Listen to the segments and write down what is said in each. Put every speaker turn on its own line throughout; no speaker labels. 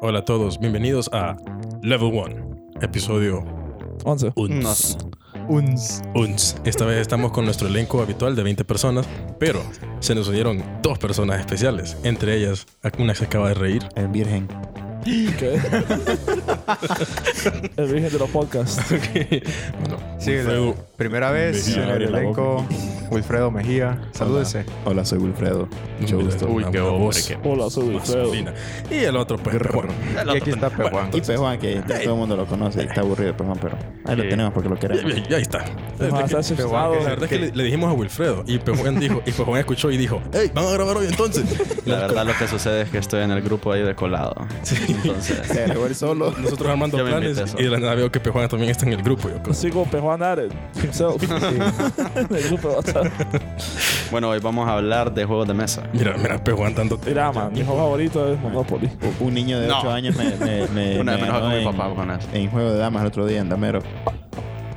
Hola a todos, bienvenidos a Level 1, episodio
11.
UNS.
Uns.
UNS. Esta vez estamos con nuestro elenco habitual de 20 personas, pero se nos unieron dos personas especiales, entre ellas una que se acaba de reír.
El virgen.
¿Qué? El virgen de los podcasts.
Bueno,
Sí, la
Wilfredo,
primera vez
Mejía,
en el
abre la
elenco, Wilfredo Mejía. Salúdese.
Hola, soy Wilfredo. Mucho
mira,
gusto.
Uy,
una-
qué
una
hombre,
voz
qué-
Hola, soy Wilfredo.
masculina. Y el otro, pues, Juan.
Y aquí está Pejuan.
Y Pejuan, que ya todo el mundo lo conoce y está aburrido, Pejuan, pero ahí lo
Sí.
tenemos porque lo queremos.
Y- y- y ahí está.
Nos has decepcionado.
La verdad es que le, le dijimos a Wilfredo y Pejuan dijo, y Pejuan escuchó y dijo, hey, van a grabar hoy entonces.
La verdad lo que sucede es que estoy en el grupo ahí de colado. Entonces,
Se agregó el solo.
Nosotros armando
Yo me
planes
invité a eso.
y de la nada veo que Pejuan también está en el grupo. Yo, cosa.
Sigo Pejuan Ares, himself. El grupo de WhatsApp.
bueno, hoy vamos a hablar de juegos de mesa.
Mira, mira, Pejuan dando
Mira, man, mi juego favorito es Monopoly.
U- Un niño de
No.
8 años me, me, me-
Una
me
vez me enojé
ganó
con mi
en-
papá con eso.
En juego de damas el otro día en Damero.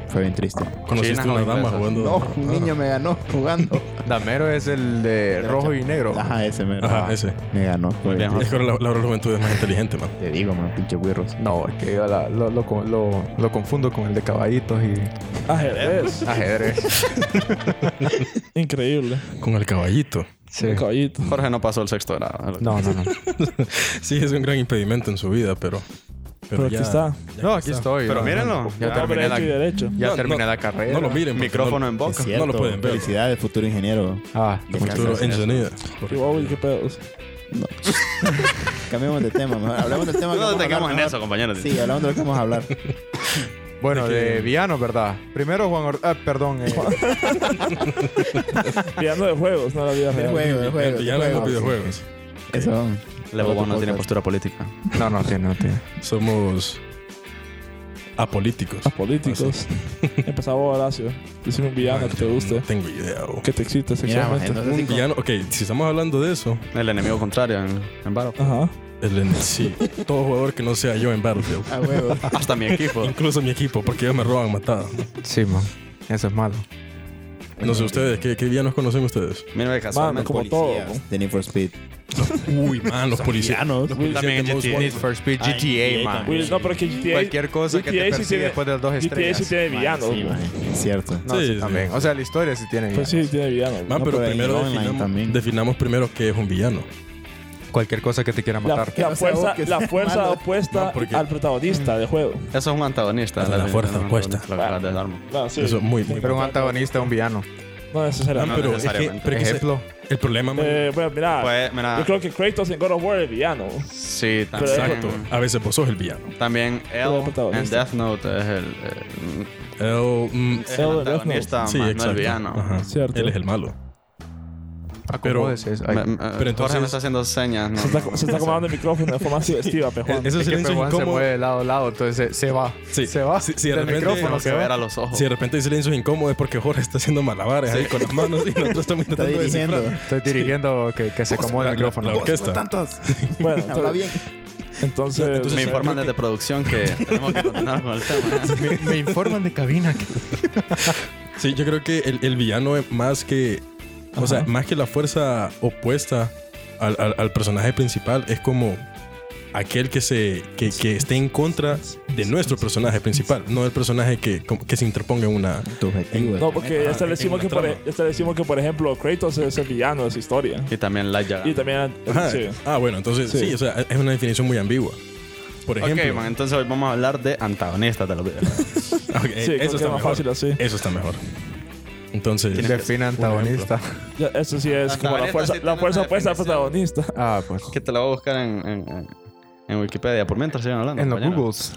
Fue bien triste.
Conociste
Chinas
una
o
dama
inglesas.
jugando.
No, un
Ah.
niño me ganó jugando.
Damero es el de rojo y negro.
Ajá, ese mero.
Ajá, ese.
Me ganó. Fue
Muy bien,
bien
Es
triste.
que ahora la, la hora de la juventud es más inteligente, man.
Te digo, man, pinche güirros.
No, es que yo la- lo, lo con- lo- lo confundo con el de caballitos y
Ah, Ajedrez.
ajedrez.
Increíble.
Con el caballito.
Sí.
El caballito.
Jorge no pasó el sexto grado.
No, no, no.
Sí, es un gran impedimento en su vida, pero.
Pero aquí está.
No, aquí estoy.
Pero
no,
mírenlo.
Ya
Ah,
terminé
pero
la,
hecho y derecho.
ya
No,
terminé
no,
la carrera.
No lo miren. porque
Micrófono
no,
en
Es
boca.
cierto.
No lo pueden ver.
Felicidades, futuro ingeniero.
Ah,
Qué
Futuro
cansas.
engineer.
Y wow, qué pedos.
Cambiamos de tema, mejor. Hablamos del tema. que vamos
No nos
a hablar
tengamos en
mejor.
eso, compañeros.
Sí, hablamos de lo que vamos a hablar.
bueno, de villanos, ¿verdad? Primero Juan Or- Ah, perdón. eh,
Mirando de juegos, no la vida
De
real.
juego, de juego.
Ya no
de
en los
juego.
videojuegos.
Eso.
Levo
Otro
no tiene
podcast.
postura política.
no, no tiene, no tiene.
Somos. apolíticos.
Los
Ah,
políticos. Empezaba Horacio. Dicen un villano que Ah, te guste.
No tengo idea, bo.
Que te excite
Mira, man,
sexualmente.
entonces
Un
sí,
villano. Ok, si estamos hablando de eso,
El enemigo contrario en, en Battlefield.
Ajá.
el en sí. Todo jugador que no sea yo en Battlefield.
A huevo.
Hasta mi equipo.
Incluso mi equipo, porque ellos me roban matado.
Sí, man. Eso es malo.
No sé ustedes, ¿qué, qué villanos conocen ustedes?
Mira, me
Mano,
casualmente.
como todo. ¿no?
De Need for Speed.
Uy, man, los policianos.
También en
Need
GTA.
for Speed
Ay,
GTA,
GTA,
man.
Will, no, pero que GTA.
Cualquier cosa que te
GTA sí
persigue
tiene-
después de las dos
GTA sí
estrellas.
tiene villanos.
Sí,
güey.
man. Cierto.
No,
Sí,
sí,
sí.
también. O sea, la historia sí tiene
Pues
villanos.
sí, tiene villanos. güey.
Man,
No,
pero,
pero en
primero
online
definamos,
también.
definamos primero qué es un villano.
Cualquier cosa que te quieran
La,
matar.
la
no sea
fuerza,
vos que
la
sea
fuerza
malo. Mm.
opuesta
No, porque-
al protagonista del juego.
Eso es un antagonista.
Es la fuerza opuesta.
Lo que acabas de darme.
No, sí.
Eso es muy, muy
Pero un antagonista, un villano.
No
Ah,
necesariamente.
No,
pero es que,
necesariamente.
pero es que
Ejemplo.
se- el problema man,
Eh, bueno, mira.
Pues, mira.
yo creo que Kratos en God of War es villano.
Sí,
Pero-
también.
exacto. A veces vos sos el villano.
También
Pero el
él en
protagonista.
Death Note es el, el-
El, mm,
es
Él
el
en Death
antagonista,
sí,
más no
exacto.
el villano.
Ajá.
Cierto.
Él es el malo.
Acomódese. Ah, Ay,
Me- me- Jorge
entonces-
me está haciendo señas. ¿no?
Se está, se está comando el micrófono de forma sugestiva,
Eh,
pejón.
Eso
es que
silencio
Pejuan se
incómodo.
mueve de lado a lado, entonces se, se va.
Sí.
Se va.
Sí, sí, de
Del
repente-
micrófono se
Se ver
va.
a los ojos.
Si de repente hay silencio incómodo es porque Jorge está haciendo malabares ahí con las manos y nosotros estamos
Está
intentando
diciendo.
descifrar.
Estoy dirigiendo que, que se acomode el
la-
micrófono.
la orquesta.
Tantos.
Bueno,
Habla bien.
entonces,
Entonces-
Me
Sí,
informan
creo
desde producción que tenemos que continuar con el tema.
me, me informan de cabina. que-
Sí, yo creo que el, el villano es más que. O sea, más que la fuerza opuesta al, al- al personaje principal, es como aquel que se que, que esté en contra de nuestro personaje principal, no del personaje que, que se interponga en una.
Tu objetivo.
no, porque ya está le decimos
en
que
la
por,
trama.
ya está le decimos que por ejemplo Kratos es el villano de esa historia.
Y también Light Yaga.
Y también
Ajá.
sí.
Ah, bueno, entonces sí.
Sí.
o sea, es una definición muy ambigua. Por
Ok,
ejemplo,
man, entonces hoy vamos a hablar de antagonistas de los videojuegos.
Ok,
Sí, creo que
eso
es
está
más
mejor.
fácil así.
Eso está mejor. Entonces,
Define antagonista.
Ya, Eso sí es como la
Antagonista
fuerza,
sí
la
tiene
fuerza
una
opuesta al
definición.
protagonista.
Ah, pues.
que te la voy a buscar en, en- en- en Wikipedia. Por mientras sigan hablando.
En los
compañero.
Googles.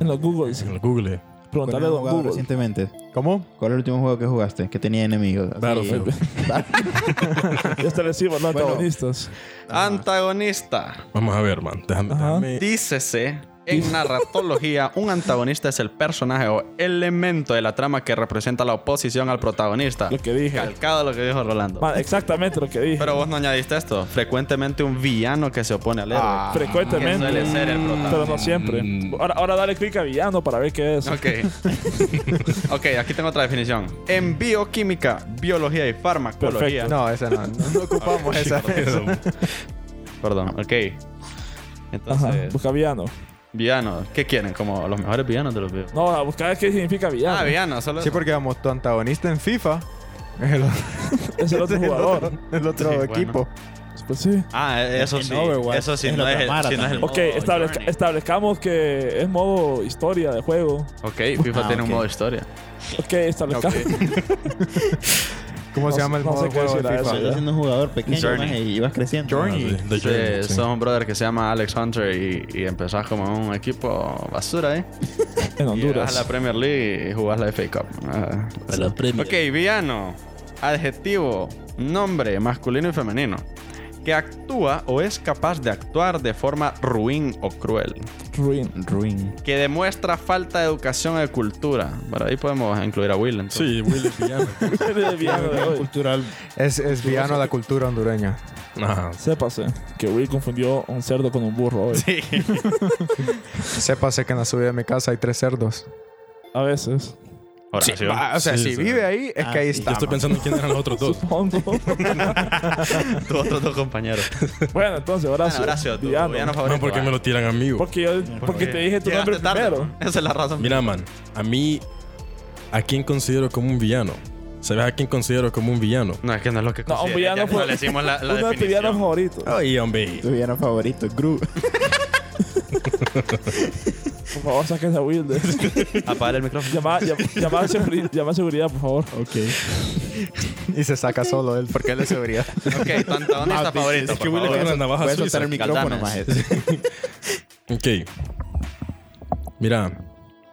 En los Google,
en el Google,
¿Cuál
preguntarle a
has
los
jugado
Google.
recientemente?
¿Cómo?
¿Cuál es el último juego que jugaste? Que tenía enemigos. Así-
Battlefield.
Ya está Este le decimos los
Bueno.
antagonistas.
Antagonista.
vamos a ver, man. Déjame.
Ajá.
déjame-
Dícese. En narratología, un antagonista es el personaje o elemento de la trama que representa la oposición al protagonista.
Lo que dije.
Calcado lo que dijo Rolando.
Man, exactamente lo que dije.
Pero vos no añadiste esto. Frecuentemente un villano que se opone al héroe.
Ah.
que
Frecuentemente.
suele ser el
Pero
protagonista.
no siempre.
Mm.
Ahora, ahora dale clic a villano para ver qué es.
Ok. ok, aquí tengo otra definición. En bioquímica, biología y farmacología.
Perfecto.
No, esa no. No, no ocupamos esa.
Perdón.
Perdón, ok.
Ajá.
Entonces,
Busca villano.
villanos. ¿Qué quieren? Como los mejores villanos de los videos.
No, a buscar qué significa villano.
Ah, villanos, solo.
Sí, porque vamos, tu antagonista en FIFA es el otro,
Es el otro
es el
jugador.
otro- el otro
Sí, bueno.
equipo.
Pues sí.
Ah, eso
En
sí.
Overwatch
Eso sí,
es
no
la
es, el-
cámara
sí, no es el
Ok,
modo
establezca-
journey.
establezcamos que es modo historia de juego.
Ok, FIFA
Ah,
tiene un
ok.
modo historia.
Ok, establezcamos.
¿Cómo
No
se llama el
sé- no
modo
sé qué
juego
decir a
de
eso,
FIFA?
ya.
Estás siendo un jugador pequeño
Journey.
maje, y vas creciendo.
ah,
Ah,
Sí, The
Sí,
Journey, sí.
Eh, sos un brother que se llama Alex Hunter y, y empezás como en un equipo basura, ¿eh?
En
Y vas a
Honduras.
la Premier League y jugás la FA Cup. Ah.
A la Premier.
Ok, villano. Adjetivo. Nombre masculino y femenino. Que actúa o es capaz de actuar de forma ruin o cruel.
Ruin.
Ruin.
Que demuestra falta de educación y cultura. Por ahí podemos incluir a Will. entonces.
Sí, Willy Villano.
El villano de hoy.
Cultural.
Es, es villano de la cultura hondureña.
Ajá.
Sépase que Will confundió un cerdo con un burro hoy.
Sí.
Sépase que en la subida de mi casa hay tres cerdos.
A veces.
Oración.
Ah, o sea,
Sí,
si
sí.
vive ahí, es
Ah,
que ahí
sí.
está.
Yo estoy
man.
pensando en quién eran los otros dos.
Supongo.
Tus otros dos compañeros.
bueno, entonces, Horacio.
Bueno, Horacio, tu
villano.
villano
No,
favorito.
porque me lo tiran a mí. güey.
Porque, yo, porque te dije tu
Llegaste
nombre
tarde.
primero.
Esa es la razón.
Mira, man, a mí, ¿a quién considero como un villano? ¿Sabes a quién considero como un villano?
No, es que no es lo que
No, un
consideré.
villano
Ya
fue-
establecimos la,
Uno de
la
tus
definición. Ah.
villanos favoritos.
Ay, hombre.
Tu villano favorito, Gru.
Por favor, saquen a Will. de-
Apagar el micrófono.
Llama, llam- llama a seguri- llama a seguridad, por favor.
Ok.
Y se saca solo él, porque él es seguridad.
Ok, tu antagonista
Ah,
favorito.
es
por
que Willy
favor.
con la navaja
Puedes
suiza.
soltar el micrófono,
Galdames.
maje.
Ok. Mira,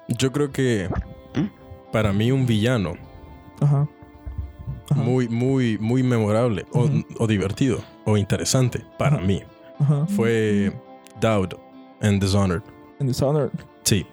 yo creo que
¿Mm?
para mí un villano
Ajá.
muy, muy, muy memorable o, o divertido o interesante para mí
Ajá.
fue Doubt and Dishonored.
En Dishonored.
Sí.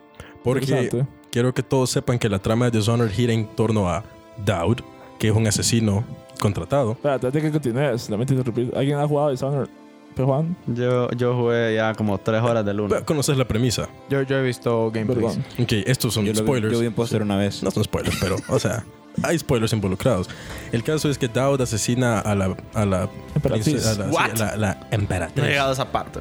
Porque
Interesante.
quiero que todos sepan que la trama de Dishonored gira en torno a Doubt, que es un asesino contratado.
Espérate, antes que continúes, lamento interrumpir. ¿Alguien ha jugado Dishonored? ¿Pues Juan?
Yo, yo jugué ya como tres horas del uno.
Conoces la premisa.
Yo, yo he visto gameplays.
Perdón.
Ok, estos son
Yo, lo vi,
spoilers.
yo vi un póster una vez.
No son spoilers, pero, o sea, hay spoilers involucrados. El caso es que Daud asesina a la. A la
Emperatriz.
princesa- a la- sí,
What?
a la- la
No he
emperatriz.
llegado a esa parte.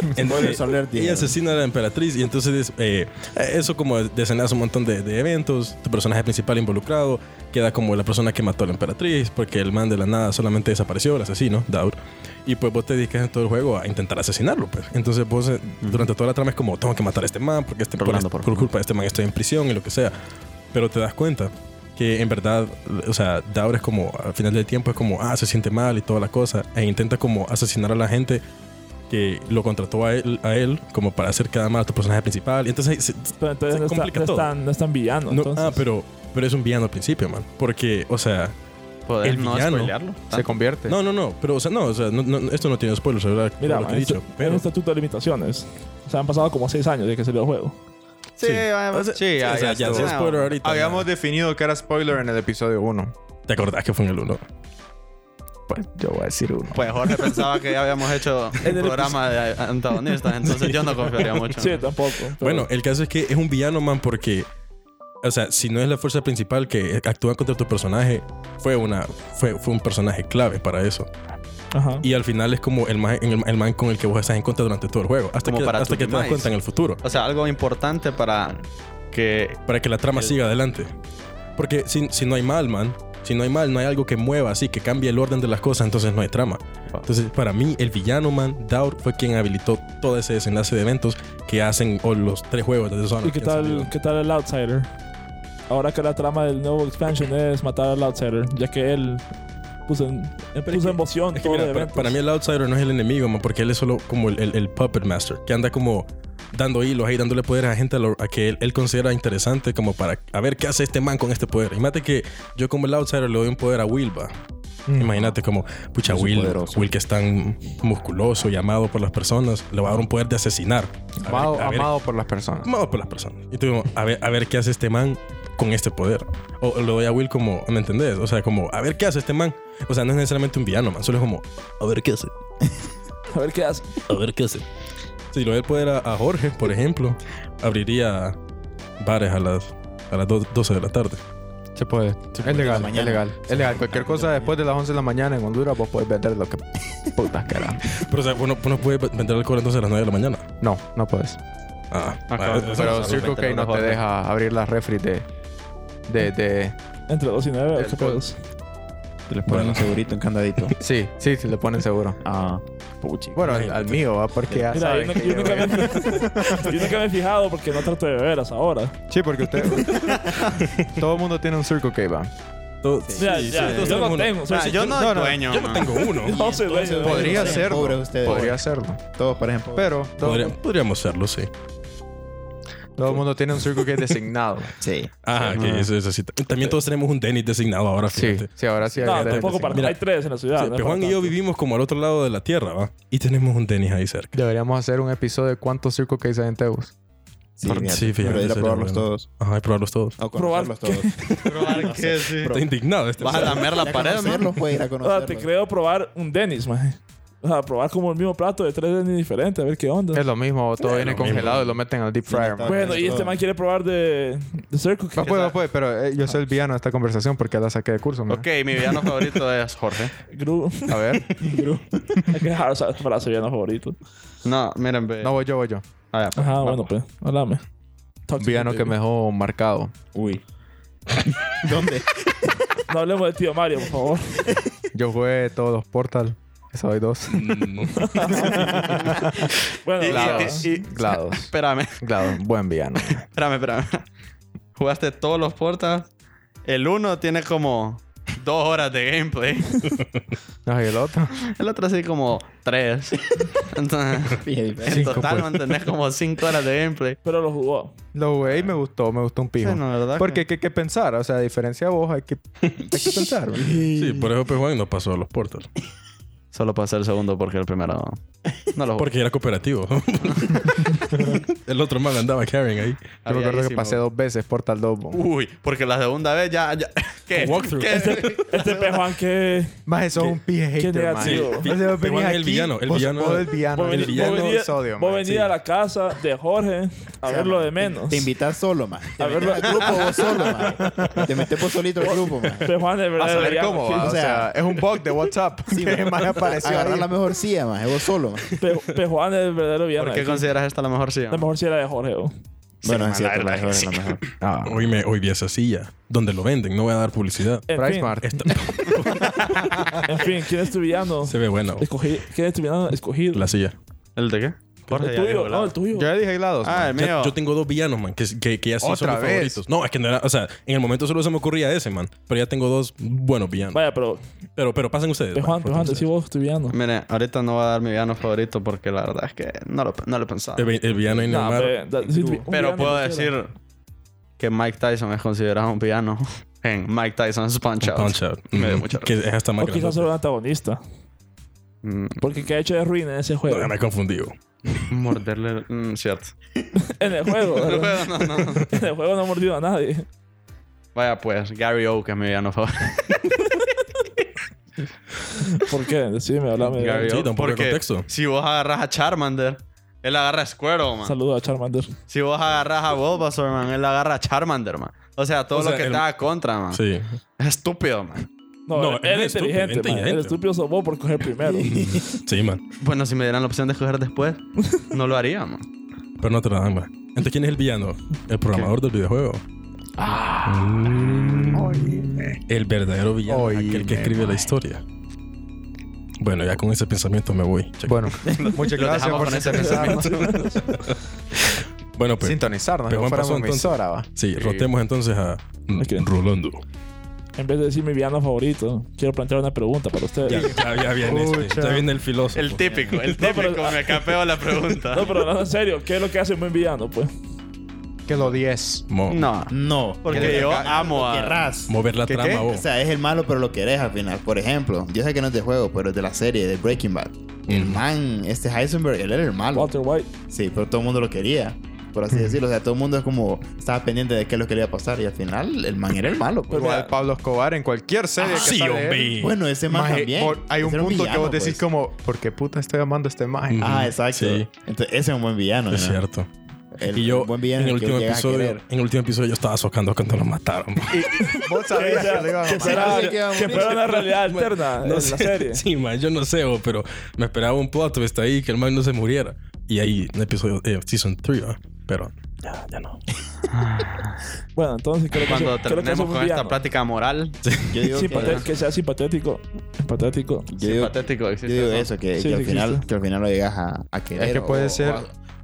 Entonces,
Spoilers alert,
ella
dijeron.
asesina a la emperatriz y entonces eh, eso como desenlaza un montón de, de eventos. Tu personaje principal involucrado queda como la persona que mató a la emperatriz porque el man de la nada solamente desapareció, el asesino, Daud. Y pues vos te dedicas en todo el juego a intentar asesinarlo. Pues. Entonces vos eh, durante toda la trama es como tengo que matar a este man porque este, por,
Rolando,
este-
por
por culpa de este man estoy en prisión y lo que sea. Pero te das cuenta que en verdad, o sea, Daur es como, al final del tiempo es como, ah, se siente mal y toda la cosa, e intenta como asesinar a la gente que lo contrató a él, a él como para hacer cada mal a tu personaje principal. Y entonces, se-
Pero entonces
Se
no, está-
complica
no
todo.
están, no están villanos.
no-
entonces.
ah, pero, pero es un villano al principio, man. Porque, o sea,
¿Podés
El
no
villano. Ah,
spoilearlo?
Se convierte.
no, no, no, pero, o sea, no, o sea, no- no, esto no tiene spoilers, ¿verdad? Todo
Mira,
lo que he
man,
dicho.
este- hay un
Pero,
estatuto de limitaciones. O sea, han pasado como 6 años desde que salió el juego.
Sí,
Sí.
ya-
O sea,
sí, ya,
o sea,
ya
ya
estuvo.
hacía spoiler ahorita.
Habíamos definido que era spoiler en el episodio 1.
¿Te acordás que fue en el 1?
Pues yo voy a decir uno.
Pues Jorge pensaba que ya habíamos hecho un
En el
programa de antagonistas, entonces yo no confiaría mucho.
Sí, tampoco. pero-
Bueno, el caso es que es un villano, man, porque. O sea, si no es la fuerza principal que actúa contra tu personaje, fue, una, fue, fue un personaje clave para eso.
Ajá.
Y al final es como el man, el, el man con el que vos estás en contra durante todo el juego. Hasta
Como
que,
para
hasta
tu
que te das
demise.
cuenta en el futuro.
O sea, algo importante para que...
Para que la trama
El-
siga adelante. Porque si, si no hay mal, man, si no hay mal, no hay algo que mueva así, que cambie el orden de las cosas, entonces no hay trama.
Wow.
Entonces, para mí, el villano, man, Daur, fue quien habilitó todo ese desenlace de eventos que hacen o los tres juegos de Dishonored
¿Y qué
que han salido.
tal, qué tal el Outsider? Ahora que la trama del nuevo expansion es matar al Outsider, ya que él puso en,
pero es
puso
que-
emoción
Es que
todo
mira,
el
para,
evento.
para mí el outsider no es el enemigo, man, porque él es solo como el, el- el puppet master, que anda como dando hilos ahí, dándole poder a gente a, lo- a que él, él considera interesante, como para a ver qué hace este man con este poder. Imagínate que yo como el outsider le doy un poder a Wilba. Imagínate como, pucha,
Es un
Will,
poderoso.
Will que es tan musculoso y amado por las personas, le va a dar un poder de asesinar. A ver-
Amado,
a ver-
amado por las personas.
amado por las personas. Y tú como, a ver, a ver qué hace este man con este poder. O o le doy a Will como, ¿me entendés? O sea, como, a ver qué hace este man. O sea, no es necesariamente un villano, man, solo es como, a ver qué hace.
A ver qué hace.
A ver qué hace. Si lo del poder a, a Jorge, por ejemplo, abriría bares a las, a las do- 12 de la tarde.
Se puede. es legal, es
mañana.
legal. Es legal. Cualquier cosa después de las 11 de la mañana en Honduras vos podés vender lo que... Puta carajo.
Pero, o sea, uno, uno puede vender alcohol entonces a las 9 de la mañana.
No, no puedes.
Ah,
Ah,
bueno,
claro,
eso-
Pero
no,
Circle K no te
joder.
deja abrir las refri de... De, de...
Entre 2 y 9,
El
¿qué
col-
pedos?
Te les ponen un segurito, un candadito.
Sí, sí, sí, le ponen seguro.
Ah, puchi.
Bueno, al, al mío, ¿va? Porque ya
Mira, yo,
saben
nu-
que
yo
yo-
nunca me, yo nunca me he fijado porque no trato de beber hasta ahora.
Sí, porque usted... Todo el mundo tiene un Circle K, va.
todo-
Mira,
sí,
ya,
sí,
yo
tengo
no
uno.
tengo. soy-
Ah, yo no,
no, no,
dueño.
Yo no
man.
tengo uno.
No soy dueño de-
Podría
Sean
serlo.
Pobres ustedes.
Podría serlo.
Todos parecen pobres.
Pero todo,
Podría- podríamos serlo, sí.
todo el mundo tiene un Circle K designado.
Sí.
Ajá, que
Ajá.
eso, eso sí. También todos tenemos un Dennis designado ahora,
Sí,
fíjate.
sí, ahora sí.
No,
había-
tampoco para
Mira,
Hay tres en la
Sí,
ciudad. no
pero Juan
para
y yo
tanto.
vivimos como al otro lado de la tierra, ¿va? Y tenemos un tenis ahí cerca.
Deberíamos hacer un episodio de cuántos Circle K hay en Tebus.
Sí,
Por-
fíjate.
sí, fíjate,
Pero ir a
sería
probarlos
bueno.
todos.
Ajá, y probarlos todos.
Ah,
O
Probar
conocerlos todos.
Probar que sí.
Está indignado este.
Vas a lamer la
Ya
pared, man.
conocerlos, puede ir a
O sea, te
conocerlos.
creo probar un Dennis, maje. O sea, probar como el mismo plato de tres Dennis diferentes, a ver qué onda.
Es lo mismo, todo
Es
viene
lo
congelado
mismo.
y lo meten al deep
Sí,
fryer.
está
man.
bien.
bueno, y este man quiere probar de, de Circle K.
No puedo, no puedo, pero eh, yo soy el villano de esta conversación porque la saqué de curso. man.
Ok, mi villano favorito es Jorge.
Gru.
A ver.
Gru. Hay que dejar esa frase bien a favorito.
No, miren, ve.
No voy yo, voy yo.
Ah, ya, pues,
Ajá, bueno,
vamos.
pues. Háblame.
Un villano que me dejó marcado.
Uy. ¿Dónde?
No hablemos de tío Mario, por favor.
Yo jugué todos los Portal. Eso doy dos.
Bueno,
Y-
o sea,
y- y-
Glados.
Espérame,
Glados. Buen villano.
espérame, espérame. Jugaste todos los portas. El uno tiene como dos horas de gameplay.
No, y el otro.
El otro así como tres. Entonces, en
Cinco,
total
pues.
mantenés como cinco horas de gameplay.
pero lo jugó.
Lo jugué y me gustó. Me gustó un pijo.
Bueno, la
Porque
¿verdad? Porque
hay que, hay que pensar. O sea, a diferencia de vos, hay que, hay que pensar. man.
Sí, por eso pues, Juan no pasó a los portals.
solo pasé el segundo porque el primero no, no
Oh.
lo jugué.
Porque era cooperativo. el otro man andaba carrying ahí.
Yo me acuerdo que pasé dos veces Portal 2. man.
Uy, porque la segunda vez ya. ya- ¿Qué?
Walkthrough.
¿Qué?
Este pe Juan que.
Más eso es un pije hater,
qué
man.
negativo.
O sea, vos
Pero
venís
es el
aquí,
villano, el
vos-
villano.
vos el villano.
Vos
Ah, El
venís-
villano
vos
del
venís-
sodio,
vos
man.
venís
Sí.
a la casa de Jorge a ver lo de menos.
Te invitas solo, man. Te
A
metes
verlo.
al grupo vos solo, man. Te metes vos solito al grupo, man.
Pe Juan de verdad.
A saber
debería-
cómo,
sí,
va, o sea, es un bug de WhatsApp. Sí, que más apareció
Agarrar
ahí.
la mejor silla, man. Es vos solo, man.
Pe- Pe Juan es el verdadero villano.
¿Por qué
aquí.
consideras esta la mejor silla?
La mejor si era de Jorge. bo.
Bueno,
man,
es cierto,
la
la
verdad
mejor
que
es la mejor.
Ah,
Hoy, me, hoy vi esa silla. Donde lo venden, no voy a dar publicidad.
En
Price
fin,
Mart.
Esta-
En fin, ¿quién es tu villano?
se ve buena. bo.
Escogí, ¿Quién es tu villano escogido?
La silla.
¿El de qué? Jorge,
el
ya dijo,
tuyo, no,
¿verdad?
el tuyo.
Yo ya dije Glados.
Ah, el
Ya-
mío.
yo tengo dos villanos, man, que, que, que ya sí son
¿Otra
mis
vez?
favoritos. No, es que no era, o sea, en el momento solo se me ocurría ese, man. Pero ya tengo dos buenos villanos.
Vaya, pero
Pero, pero pasen ustedes.
Pe
va,
Juan, Pe
porque
Juan,
ustedes-
decí vos tu villano.
Mire, ahorita no voy a dar mi villano favorito porque la verdad es que no lo, no lo he pensado.
El, vi- el villano
Nah,
Neymar.
pe- da- sí, tu- un
Pero
villano
puedo
cualquiera.
decir que Mike Tyson es considerado un villano en Mike Tyson's Punch Out.
Punch out.
Me dio
Mm,
mucha risa.
Que es hasta
O
más
quizás
grande.
solo un antagonista.
Mm,
Porque que ha hecho de ruina en ese juego.
No, me he confundido.
morderle. el- mm, cierto.
en el juego.
No,
¿verdad?
no, no, no.
en el juego no ha mordido a nadie.
Vaya pues, Gary O, que es mi villano favorito.
¿Por qué? Decime, hablame.
Gary
Sí,
O,
tampoco hay contexto.
si vos agarras a Charmander, él agarra a Squirtle, man.
Saludos a Charmander.
Si vos agarras a Bulbasaur, man, él agarra a Charmander, man. O sea, todo
O sea,
lo que
el-
te haga contra,
Ah.
man.
Sí.
Es estúpido, man.
No,
No,
él, él
él
es
es estúpido,
inteligente, man.
inteligente.
El estúpido sos vos por coger primero.
Sí, man.
Bueno, si me dieran la opción de escoger después, no lo haría, man.
Pero no te la dan, man. Entonces, ¿quién es el villano? El programador del videojuego.
Ah.
Mm. El verdadero villano.
Oíme,
aquel que escribe la historia. Bueno, ya con ese pensamiento me voy. Checa.
Bueno, muchas
Lo
gracias
dejamos
por
con ese
sintonizarnos.
Bueno, pues.
Sintonizarnos.
Pero
Pero
Juan
fuéramos
pasó entonces.
emisora, va.
Sí,
Eh.
rotemos entonces a mm,
Ok.
Rolando.
En vez de decir mi villano favorito, quiero plantear una pregunta para ustedes.
Ya, ya, ya viene este,
Pucha.
Ya viene el filósofo.
El típico, el
No,
típico.
pero-
me capeo la pregunta.
No, pero no, en serio, ¿qué es lo que hace un buen villano, pues?
Que lo 10.
Mo-
No,
No.
porque yo amo a...
Querrás.
Mover la
¿Qué, qué?
trama,
O
vos.
sea, es el malo, pero lo querés al final. Por ejemplo, yo sé que no es de juego, pero es de la serie, de Breaking Bad. El
Mm.
man, este Heisenberg, él era el malo.
Walter White.
Sí, pero todo el mundo lo quería. Por
Mm.
así decirlo. O sea, todo el mundo es como estaba pendiente de qué es lo que le iba a pasar. Y al final, el man era el malo. pues.
Igual Pablo Escobar en cualquier serie que
Ah, Sí,
sale él.
hombre.
Bueno, ese man
Maje,
también.
por- hay un
Ese era
punto que
villano,
vos decís
pues.
como, ¿por qué puta estoy amando a este maje?
Mm.
Ah, exacto.
Sí.
Entonces, ese es un buen villano.
Es
¿no?
cierto.
El
y yo,
buen
en,
villano
el
que
último
llegas a
episodio,
querer.
en el último episodio, yo estaba socando cuando lo mataron.
Ah,
Vos sabés que le iba a
que
mamar.
fuera,
que iba a
que
morir.
fuera una realidad alterna en
no
la
sé.
serie.
Sí, man, yo no sé, bo, pero me esperaba un plot twist ahí que el man no se muriera. Y ahí, en el episodio, eh, season 3, pero ya, ya no.
Bueno, entonces creo que
Cuando
eso- creo que eso
terminemos
es un
con esta
villano.
plática moral,
Yo digo
Sí,
que-
pate- que sea simpatético. Simpatético.
yo digo-
patético,
yo
existe
digo eso, que,
Sí,
que al
existe.
final, que al final lo llegas a, a querer.
Es que puede
o-
ser-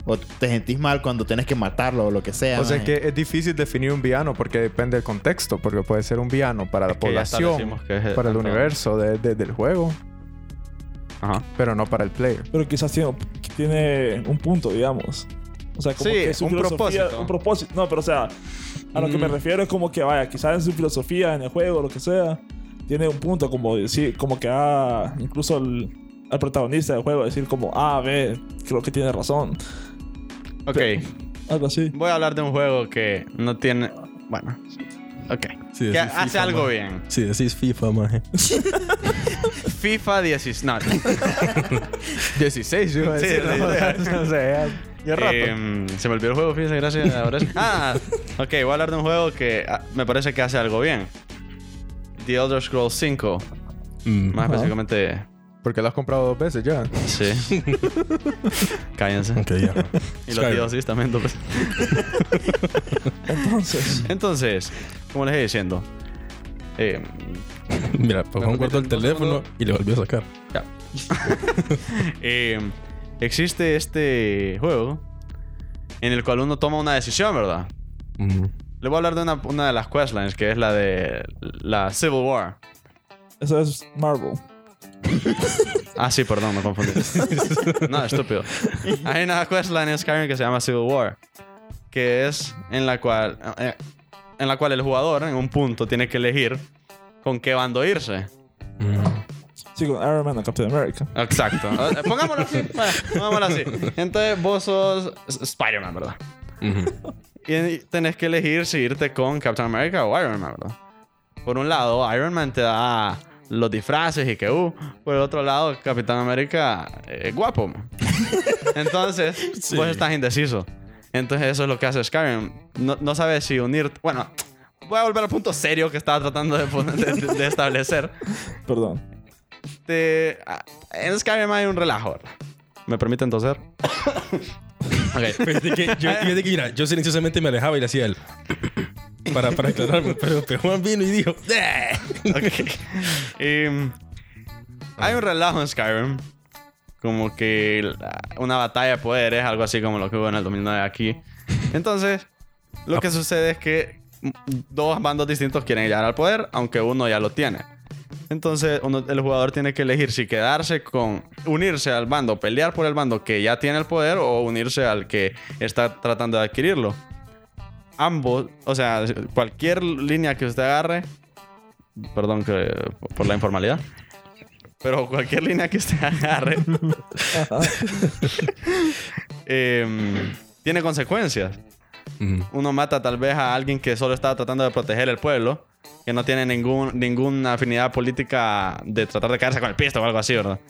O, o te sentís mal cuando tenés que matarlo o lo que sea.
O sea
maje.
que es difícil definir un villano porque depende del contexto, porque puede ser un villano para la
que ya establecimos
población,
que es el-
para el universo de- de- del juego,
Ajá.
pero no para el player.
Pero quizás tiene, tiene un punto, digamos. O sea, como
Sí,
que su
un
filosofía-
propósito.
Un propósito. No, pero o sea, a lo que me
Mm.
refiero es como que vaya, quizás en su filosofía, en el juego, lo que sea, tiene un punto como decir, como que ah, incluso al, al protagonista del juego decir como, ah, ve, creo que tiene razón.
Ok,
Algo así.
voy a hablar de un juego que no tiene. Bueno, ok.
Sí,
Que
decís
hace
FIFA,
algo
maje.
bien.
Sí, decís FIFA, maje.
FIFA 16. No,
16, yo iba a
Sí,
decir.
sí,
no,
sí.
no sé, ya rato.
Em, se me olvidó el juego, fíjense, gracias a Horacio. Ah, ok, voy a hablar de un juego que ah, me parece que hace algo bien. The Elder Scrolls 5.
Mm.
Más específicamente.
Porque lo has comprado dos veces ya.
Sí. Cállense.
Ok, ya.
Y los
Skyrim.
tíos sí, también. dos veces.
Entonces,
Entonces, como les iba diciendo. em,
Mira, pues Juan guardó el
repiten, dos
teléfono y le volvió a sacar.
ya. Em, existe este juego en el cual uno toma una decisión, ¿verdad?
Mm.
Le voy a hablar de una, una de las questlines, que es la de la Civil War.
eso es Marvel.
Ah, sí, perdón, me confundí. no, estúpido. Hay una questline en Skyrim que se llama Civil War, que es en la cual, eh, en la cual el jugador en un punto tiene que elegir con qué bando irse.
Mm.
Sí, con Iron Man o Captain America.
Exacto. Eh, Pongámoslo así. Bueno, pongámoslo así. Entonces vos sos S- Spider-Man, ¿verdad?
Ujú.
Y tenés que elegir si irte con Captain America o Iron Man, ¿verdad? Por un lado, Iron Man te da los disfraces y que, uh, por el otro lado, Capitán América eh, es guapo. man. Entonces,
Sí.
vos estás indeciso. Entonces, eso es lo que hace Skyrim. No, no sabes si unirte. Bueno, voy a volver al punto serio que estaba tratando de, poner- de- de- de establecer.
Perdón.
Te- ah, en Skyrim hay un relajo. ¿verdad? ¿Me permiten toser? ok.
Fíjate Pues que yo, fíjate que, mira, yo silenciosamente me alejaba y le hacía él. Para, para aclararme, pero, pero Juan vino y dijo: "Eh".
Ok. Em, hay un relajo en Skyrim. Como que la- una batalla de poderes, algo así como lo que hubo en el 2009 aquí. Entonces, lo que sucede es que dos bandos distintos quieren llegar al poder, aunque uno ya lo tiene. Entonces, uno- el jugador tiene que elegir si quedarse con unirse al bando, pelear por el bando que ya tiene el poder o unirse al que está tratando de adquirirlo. Ambos, o sea, cualquier línea que usted agarre, perdón que, por la informalidad, pero cualquier línea que usted agarre em, tiene consecuencias
Mm.
uno mata tal vez a alguien que solo estaba tratando de proteger el pueblo, que no tiene ningún, ninguna afinidad política de tratar de caerse con el pisto o algo así, ¿verdad?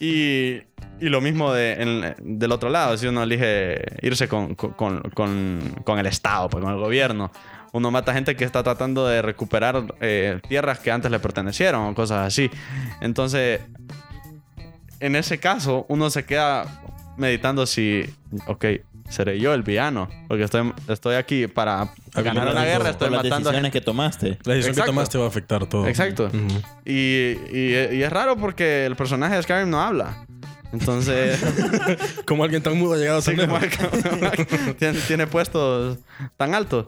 Y, y lo mismo de- en- del otro lado, si uno elige irse con, con- con- con- con el Estado, pues, con el gobierno, uno mata gente que está tratando de recuperar eh, tierras que antes le pertenecieron o cosas así. Entonces, en ese caso, uno se queda meditando si, ok, seré yo el villano, porque estoy, estoy aquí para ganar una
por
guerra,
las
estoy
Por las
matando a
decisiones
gente.
que tomaste.
La decisión
Exacto.
que tomaste va a afectar todo.
Exacto.
Ujú.
Y, y- y es raro porque el personaje de Skyrim no habla. Entonces,
Como alguien tan mudo ha llegado a
sí,
ser
como- como- tiene, tiene puestos tan altos.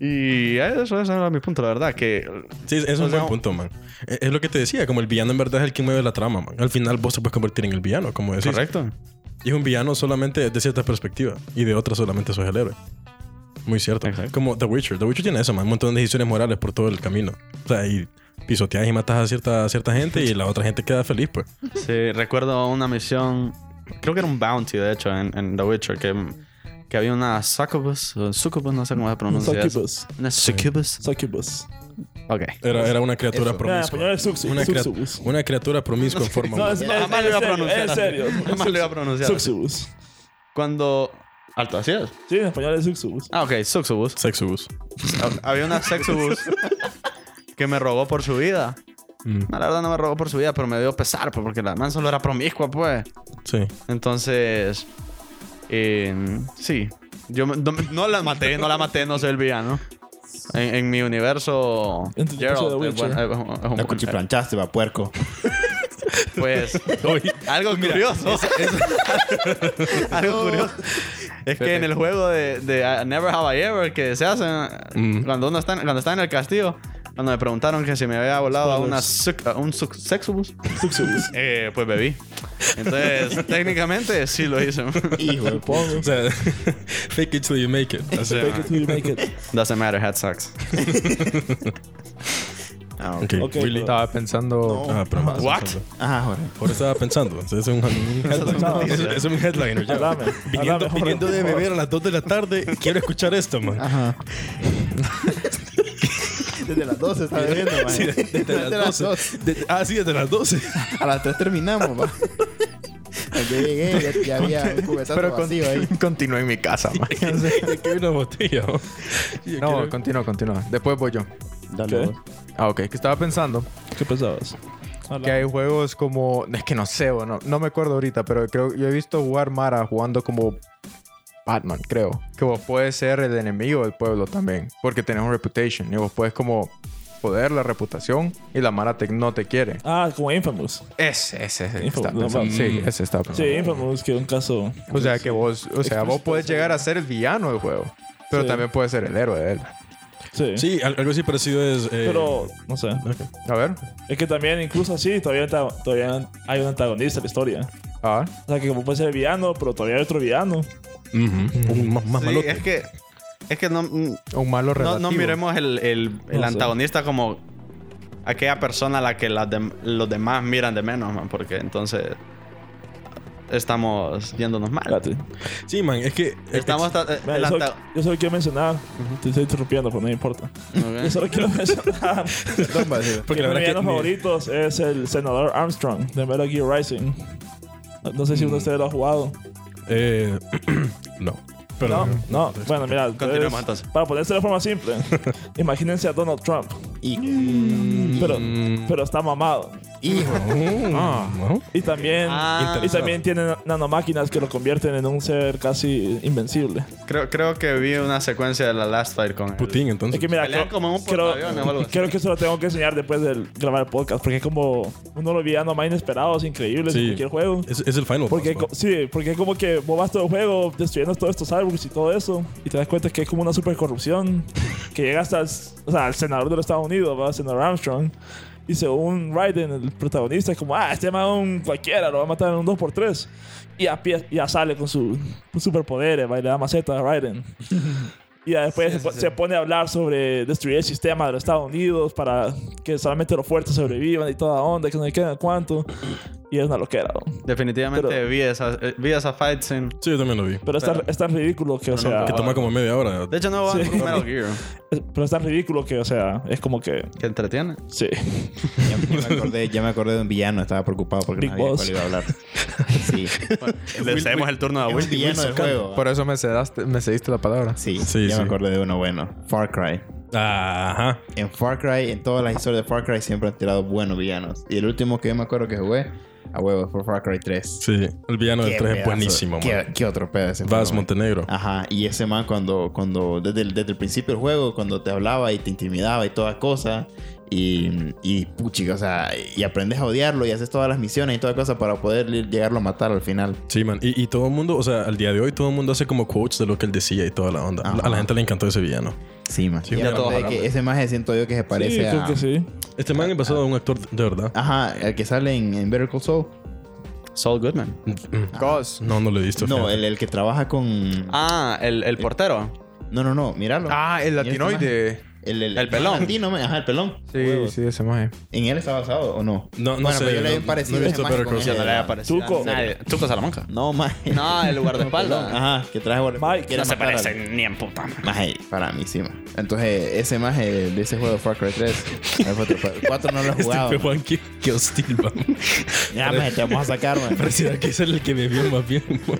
Y eso, eso era mi punto, la verdad, que
Sí, es- es un
O sea,
buen punto, man. Eh, Es, es lo que te decía, como el villano en verdad es el que mueve la trama, man. Al final vos te puedes convertir en el villano, como decís.
correcto.
Y es un villano solamente de cierta perspectiva y de otra solamente sos el héroe. Muy cierto.
Exacto.
Como The Witcher. The Witcher tiene eso, man. Un montón de decisiones morales por todo el camino. O sea, y pisoteas y matas a cierta, a cierta gente y la otra gente queda feliz, pues.
Sí, recuerdo una misión, creo que era un bounty, de hecho, en, en The Witcher, que, que había una succubus, o succubus, no sé cómo se pronuncia. eso.
Succubus.
Una succubus.
Succubus.
Ok.
Era, era una criatura
Eso.
Nah,
promiscua.
poner el succu-
Una, cria-
succubus.
una criatura promiscua en forma
No,
humana.
es, es,
Jamás
es
lo Ah, iba a
serio,
pronunciar.
es serio.
Jamás lo iba a pronunciar.
Succubus.
Cuando Alto, así es.
Sí, en español es Suxubus.
Ah, ok, Suxubus.
Sexubus.
Había una Sexubus que me rogó por su vida.
Mm,
No, la verdad no me rogó por su vida, pero me dio pesar, pues, porque la man solo era promiscua, pues.
Sí.
Entonces, eh, sí. Yo me- no, no la maté, no la maté, no soy el villano. En, en mi universo,
En tu universo
Gerald
de
es buen-
Witcher.
es un- es un-
La cuchiplanchaste, va, puerco.
Pues,
Oye,
algo curioso. algo curioso. Es que en el juego de, de, uh, Never Have I Ever que se hace, uh,
Mm.
cuando uno está, en- cuando está en el castillo, cuando me preguntaron que si me había volado a, una suc- a un suc- sexubus,
Suxubus.
eh, pues bebí. Entonces, técnicamente sí lo hice.
Hijo de puta.
o sea, fake it till you make it.
Así,
Take it till you make it.
Doesn't matter, hat sucks.
Ah, ok.
Ok,
Ok,
Willy.
pero-
Estaba pensando.
Ah, pero más.
What?
Ajá, Jorge.
Por eso estaba pensando. Ese Es un, un headliner. Ese- ese es un headliner. ya.
Hablame,
Viniendo,
hablame, Jorge,
viniendo de
por favor.
beber a las 2 de la tarde, quiero escuchar esto, man.
Ajá. Desde las 12 está bebiendo, man.
Sí, desde, las 12. De- ah, sí, desde las 12.
A las 3 terminamos, man. Yo llegué, ya, ya había un cubetazo
Pero con-
vacío ahí.
continúo en mi casa, man.
Aquí hay una botella. ¿no? Yo
No,
quiero-
continúa, continúa. Después voy yo.
Dale,
¿Qué?
vos.
Ah, ok. Que estaba pensando
¿Qué pensabas?
que hay juegos como. Es que no sé, o no, no me acuerdo ahorita, pero creo yo he visto jugar Mara jugando como Batman, creo. Que vos puedes ser el enemigo del pueblo también. Porque tenés un reputation. Y vos puedes como poder la reputación y la Mara te- no te quiere.
Ah, como Infamous.
Ese, ese, ese. que
Info-
estaba
no,
pensando.
va-
Sí, ese estaba pensando.
Sí,
Ah.
pues, Infamous, que un caso.
O sea que vos, o sea, vos puedes llegar a ser el villano del juego, pero
Sí.
también puedes ser el héroe de él.
Sí.
Sí, al- algo así parecido es. eh,
Pero, no sé.
ok.
A ver.
Es que también, incluso así, todavía, ta- todavía hay un antagonista en la historia.
Ah,
O sea, que como puede ser el villano, pero todavía hay otro villano.
Ujú. Un más, más
Sí,
malote.
es que, es que no, no-
un malo
no,
relativo.
miremos el, el-
No
el
sé.
antagonista como aquella persona a la que las dem- los demás miran de menos, man, porque entonces estamos yéndonos mal.
Espérate.
Sí, man, es que.
Estamos ta- eh,
Mira,
el
yo, solo,
anta-
yo solo quiero mencionar. Te estoy interrumpiendo, pero no me importa. Yo solo quiero mencionar.
Perdón, vacío.
Porque
que
la verdad
uno de mis
que.
villanos favoritos es el senador Armstrong de Metal Gear Rising. No, no
Mm.
sé si uno de ustedes lo ha jugado.
eh, no. Pues, Pero.
No, no. Bueno, mira.
Continuemos, entonces.
Para ponerse de forma simple, imagínense a Donald Trump, Mm.
Hijo.
pero, pero está mamado.
Hijo.
Ah,
¿no?
Y también,
Ah.
y también tiene nanomáquinas que lo convierten en un ser casi invencible.
creo, creo que vi una secuencia de la Last Fight con él.
Putin,
Es
entonces.
que mira,
Pelean
creo,
como en un
creo,
portaaviones o algo así.
creo que eso lo tengo que enseñar después de grabar el podcast, porque es como uno de los villanos más inesperados, increíbles
Sí.
en cualquier juego.
es, es el final.
Porque,
boss,
co-
man.
sí, porque es como que vos vas todo el juego destruyendo todos estos árboles y todo eso, y te das cuenta que es como una super corrupción que llega hasta el, s- o sea, el senador de los Estados Unidos, ¿va? senador Armstrong. Y según Raiden, el protagonista, es como, ah, este man es un cualquiera, lo va a matar en un 2x3. Y ya, pie- ya sale con sus con superpoderes, ¿va? y le da maceta a Raiden. Y ya después se, po- se pone a hablar sobre destruir el sistema de los Estados Unidos para que solamente los fuertes sobrevivan y toda onda, que no sé qué, cuánto. Y es una loquera, ¿no?
Definitivamente
Pero-
vi, esa, eh, vi esa fight scene.
Sí, yo también lo vi.
Pero es tan,
Pero-
es tan ridículo que, o
Pero no,
sea.
que
Toma como media hora.
De hecho, no va
Sí.
a un Metal Gear.
es- Pero es tan ridículo que, o sea, es como que.
Que entretiene.
Sí.
Ya, ya me acordé, ya me acordé de un villano, estaba preocupado porque
Big
no sabía
Boss.
cuál iba a hablar. Sí.
Le cedemos el turno a
Es un
Wilson.
villano de
¿eh?
juego.
Por eso me cedaste, me cediste la palabra.
Sí,
Sí,
ya
sí.
me acordé de uno bueno. Far Cry.
Ajá.
En Far Cry, en todas las historias de Far Cry siempre han tirado buenos villanos. Y el último que yo me acuerdo que jugué, a huevo, fue Far Cry 3.
Sí, el villano del
Qué
3 es
pedazo- Ah.
buenísimo, man.
¿Qué, qué otro pedo ese
Vas
juego, man.
Montenegro.
Ajá, y ese man cuando, cuando desde, el, desde el principio del juego, cuando te hablaba y te intimidaba y toda cosa, y, y puchica, o sea, y aprendes a odiarlo y haces todas las misiones y toda cosa para poder li- llegarlo a matar al final.
Sí, man. Y, y todo el mundo, o sea, al día de hoy todo el mundo hace como quotes de lo que él decía y toda la onda.
Ajá.
A la gente le encantó ese villano.
Sí, man.
Sí,
Y
ya
aparte
todos
de
hablamos.
que ese maje siento yo que se parece
sí,
a...
creo que sí.
Este man es basado en un actor de verdad.
Ajá, el que sale en, en Better Call Saul.
Saul Goodman.
Mm.
Ghost.
No, no lo he visto.
No,
fíjate.
el, el que trabaja con...
Ah, el, el portero.
No, no, no, míralo.
Ah, el
¿Y este
latinoide.
El,
El pelón.
Latino, man. ajá, el pelón.
Sí,
Huevos.
sí, ese maje.
¿En él está basado o no?
No, no
bueno,
sé,
pero yo
no-
le he
no he
parecido
visto
ese maje
Better
con
Call
Yo
ese-
no le había parecido.
Tuco.
a nadie. Tuco Salamanca.
No, maje.
No, el guardaespaldas.
Pelón, Ajá, que traje guardaespaldas.
Mike.
Quiere
No se
matar al-
parece ni en puta. man.
Maje, para mí sí, maje. Entonces, ese maje de ese juego de Far Cry 3. el 4 no lo he jugado.
Este
maje.
Juan, qué, qué hostil, va.
Ya, maje, te vamos a sacar, maje.
Pareciera que es el que me vio más bien. man.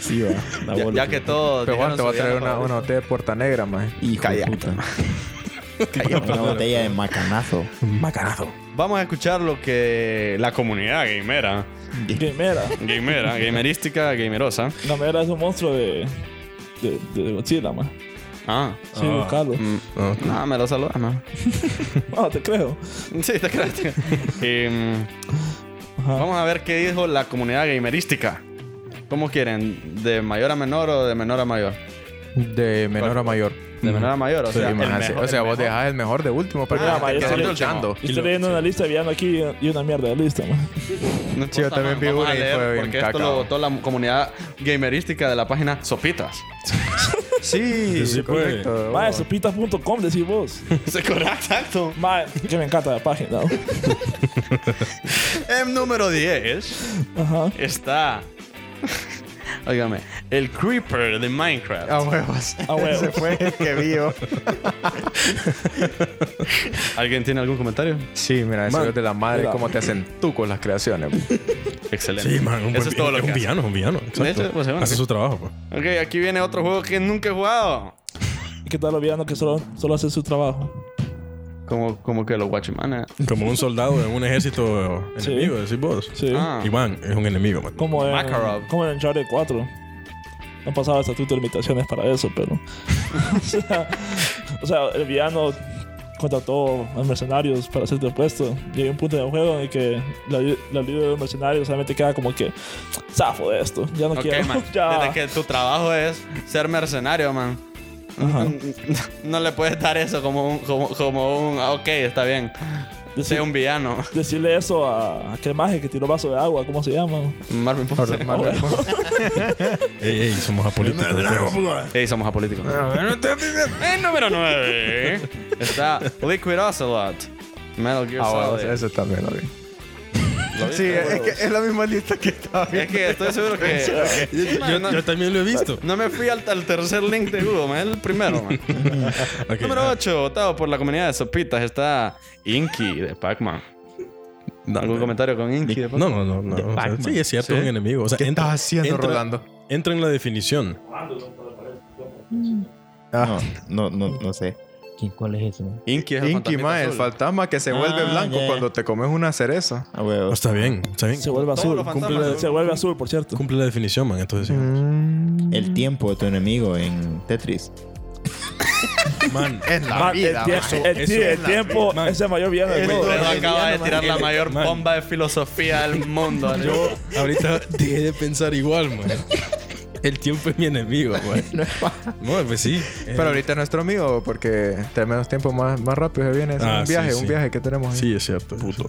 Sí, va. La
Ya,
bola.
ya que todo.
Pero Juan, te va a traer una, una botella de puerta negra, maje.
Hijo de
Calla.
puta. Una botella de macanazo.
Macanazo.
Vamos a escuchar lo que la comunidad gamera,
Gamera.
gamera, gamerística, gamerosa.
Gamera es un monstruo de. de, de Godzilla, man.
Ah.
Sí,
Ah.
buscalo.
mm,
Ah,
No, me lo saludas, man.
No, te creo.
Sí, te creas. Em,
Ajá.
vamos a ver qué dijo la comunidad gamerística. ¿Cómo quieren? ¿De mayor a menor o de menor a mayor?
De menor a mayor.
Mm. De menor a mayor, o
Sí,
sea, el
maje, sí.
mejor-
o sea,
el
vos
mejor.
dejás el mejor de último para
Ah,
que la
mayor
gente
sale
esté
el último.
luchando.
Y estoy leyendo una lista viendo aquí y una mierda de lista, man.
No
Sí, yo
importa,
también
man,
vi
vamos
una
a
y
leer
fue bien
Porque esto
caca,
lo
man.
votó la comunidad gamerística de la página Sopitas.
Sí,
Sí, sí,
correcto.
Oh.
Mae, sopitas.com decís vos.
Se correcto, exacto.
Mae, que me encanta la página. ¿no?
En número 10
Ajá.
está. Óigame, el Creeper de Minecraft.
A huevos.
A huevos.
Ese fue el que vio.
¿Alguien tiene algún comentario?
Sí, mira, eso
Man.
es de la madre,
Mira.
cómo te hacen tú con las creaciones. pues.
Excelente.
Sí, man. Un, buen-
Eso es todo lo
un
que hace.
villano, un villano. exacto.
hecho, pues, se van.
Hace su trabajo, pues.
Ok, aquí viene otro juego que nunca he jugado.
¿Y ¿Qué tal los villanos que solo, solo hacen su trabajo?
Como, como que los Watchmanes.
Como un soldado en un ejército
Sí.
enemigo, decís vos.
Sí.
Ah.
Iván es un enemigo, man.
Como en,
Makarov.
como en Uncharted 4. Han pasado estatuto de limitaciones para eso, pero. o, sea, o sea, el villano contrató a mercenarios para hacerte puesto. Y hay un punto en el juego en el que la, la líder de los mercenarios solamente queda como que. Zafo de esto. Ya no
Ok,
quiero.
man.
ya.
Desde que tu trabajo es ser mercenario, man.
Ajá.
No le puedes dar eso como un. Como, como un ah, ok, está bien. Sé
Decir-
un villano.
Decirle eso a aquel maje que tiró vaso de agua, ¿cómo se llama?
Marvin Pomsa.
Ah,
Ey, ey, somos apolíticos.
Ey, somos apolíticos. En número 9 está Liquid Ocelot. Metal Gear
A huevos,
Solid.
ese también lo vi.
¿Lo viste?
Sí, Ah, es que es la misma lista que estaba
Es que estoy seguro que. Yo no,
Yo también lo he visto.
no me fui al, al tercer link de Google, man. Es el primero, man.
Ok,
Número
ah,
8, votado por la comunidad de Sopitas, está Inky de Pac-Man.
no,
¿Algún comentario con Inky de Pac-Man?
No, no, no. no. o sea,
Pac-Man.
sí, es cierto,
Sí.
es un enemigo. O sea,
¿Qué
entra-
estás haciendo,
entra-
Rolando?
Entra en la definición.
Ah,
No, no, no sé.
¿Quién, ¿Cuál es eso?
Inky es el
Inky,
fantasmita
ma, el
azul.
fantasma que se vuelve
Ah,
blanco
ya, ya.
cuando te comes una cereza.
A
No,
huevos.
está bien, está bien.
Se vuelve
Todos
azul.
los fantasmas
cumple la-
son-
Se vuelve azul, por cierto.
Cumple la definición, man. Entonces, sí.
El tiempo de tu enemigo en Tetris.
man.
Es la
Man,
vida,
el,
ma.
tiempo-
eh.
el
Eso
ti-
es
el
la
tiempo
vida, man.
es el mayor villano de
Wilfredo
todo.
acaba de tirar la mayor
Man.
bomba de filosofía del mundo. ¿no?
Yo ahorita dejé de pensar igual, man. El tiempo es mi enemigo, man. No, pues sí.
Pero ahorita es nuestro amigo, porque entre menos tiempo más, más rápido se viene. Es
Ah,
un
sí,
viaje,
sí.
un viaje que tenemos ahí.
Sí, es cierto. Puto.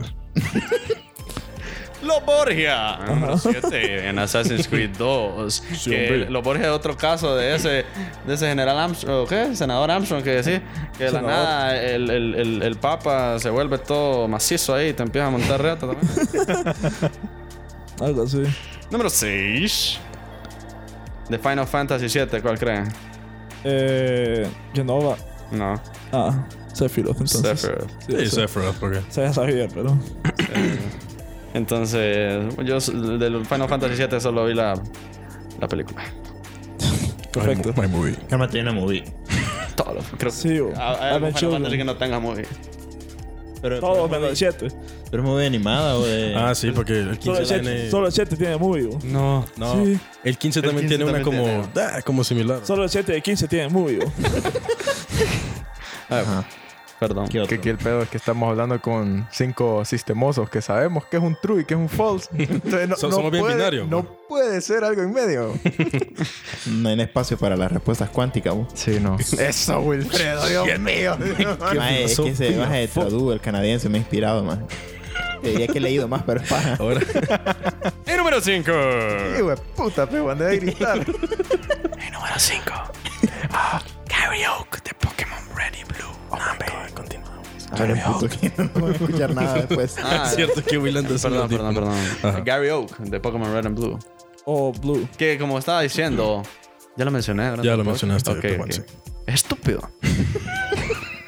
Los Borgia. Número 7 Ah, en Assassin's Creed 2. que
hombre.
los Borgia es otro caso de ese, de ese general Armstrong, ¿o ¿qué? Senador Armstrong que decía que de la
Senador.
nada el, el, el, el Papa se vuelve todo macizo ahí y te empieza a montar reata también.
Algo así.
Número 6. De Final Fantasy 7, ¿cuál creen?
Eh, Genova.
No.
Ah, Sephiroth, entonces.
Sephiroth.
Sí,
Sí,
sí.
Sephiroth, porque.
Se ya sabía, pero.
Entonces, yo s- del Final Fantasy 7 solo vi la, la película.
Perfecto.
My movie.
Calma, tiene una movie.
Todo lo creo que.
Sí, bro.
Ah, Hay
I've
algún
been
Final Fantasy
children.
que no tenga movie.
Pero,
Todos menos el 7.
¿Pero es movie animada o de...?
Ah, sí, porque el 15
Solo el 7
tiene.
solo el 7 tiene movie. bro.
No.
No,
Sí.
el 15 también
15
tiene una
también
como. ah, como similar.
Solo el 7 de 15 tiene movie. bro.
Perdón.
¿Qué
Que
otro?
aquí el pedo es que estamos hablando con cinco sistemosos que sabemos que es un true y que es un false. Entonces no,
So-
no
somos bien
puede,
binarios,
no
man.
puede ser algo en medio.
No hay espacio para las respuestas cuánticas, vos.
Sí, no. Eso, Wilfredo, Dios mío.
Mae, es que ese
filosofía,
baje de Tradu, el canadiense, me ha inspirado, man. Diría que he leído más, pero es paja.
Ahora,
Y número 5.
Ay, güey, puta, pero andé a gritar. Ah.
Oh
Número 5. Karaoke de Pokémon Red y Blue. Number
Ahora puto que no voy a escuchar nada pues. después.
Ah,
Es cierto que Will Anderson.
Perdón,
lo dijo.
perdón,
Ajá.
perdón. Gary Oak, de Pokémon Red and Blue.
O Blue.
Que como estaba diciendo, ya lo mencioné. ¿verdad?
Ya lo
Tampoco.
mencionaste,
Ok,
Juan,
ok.
sí.
Estúpido.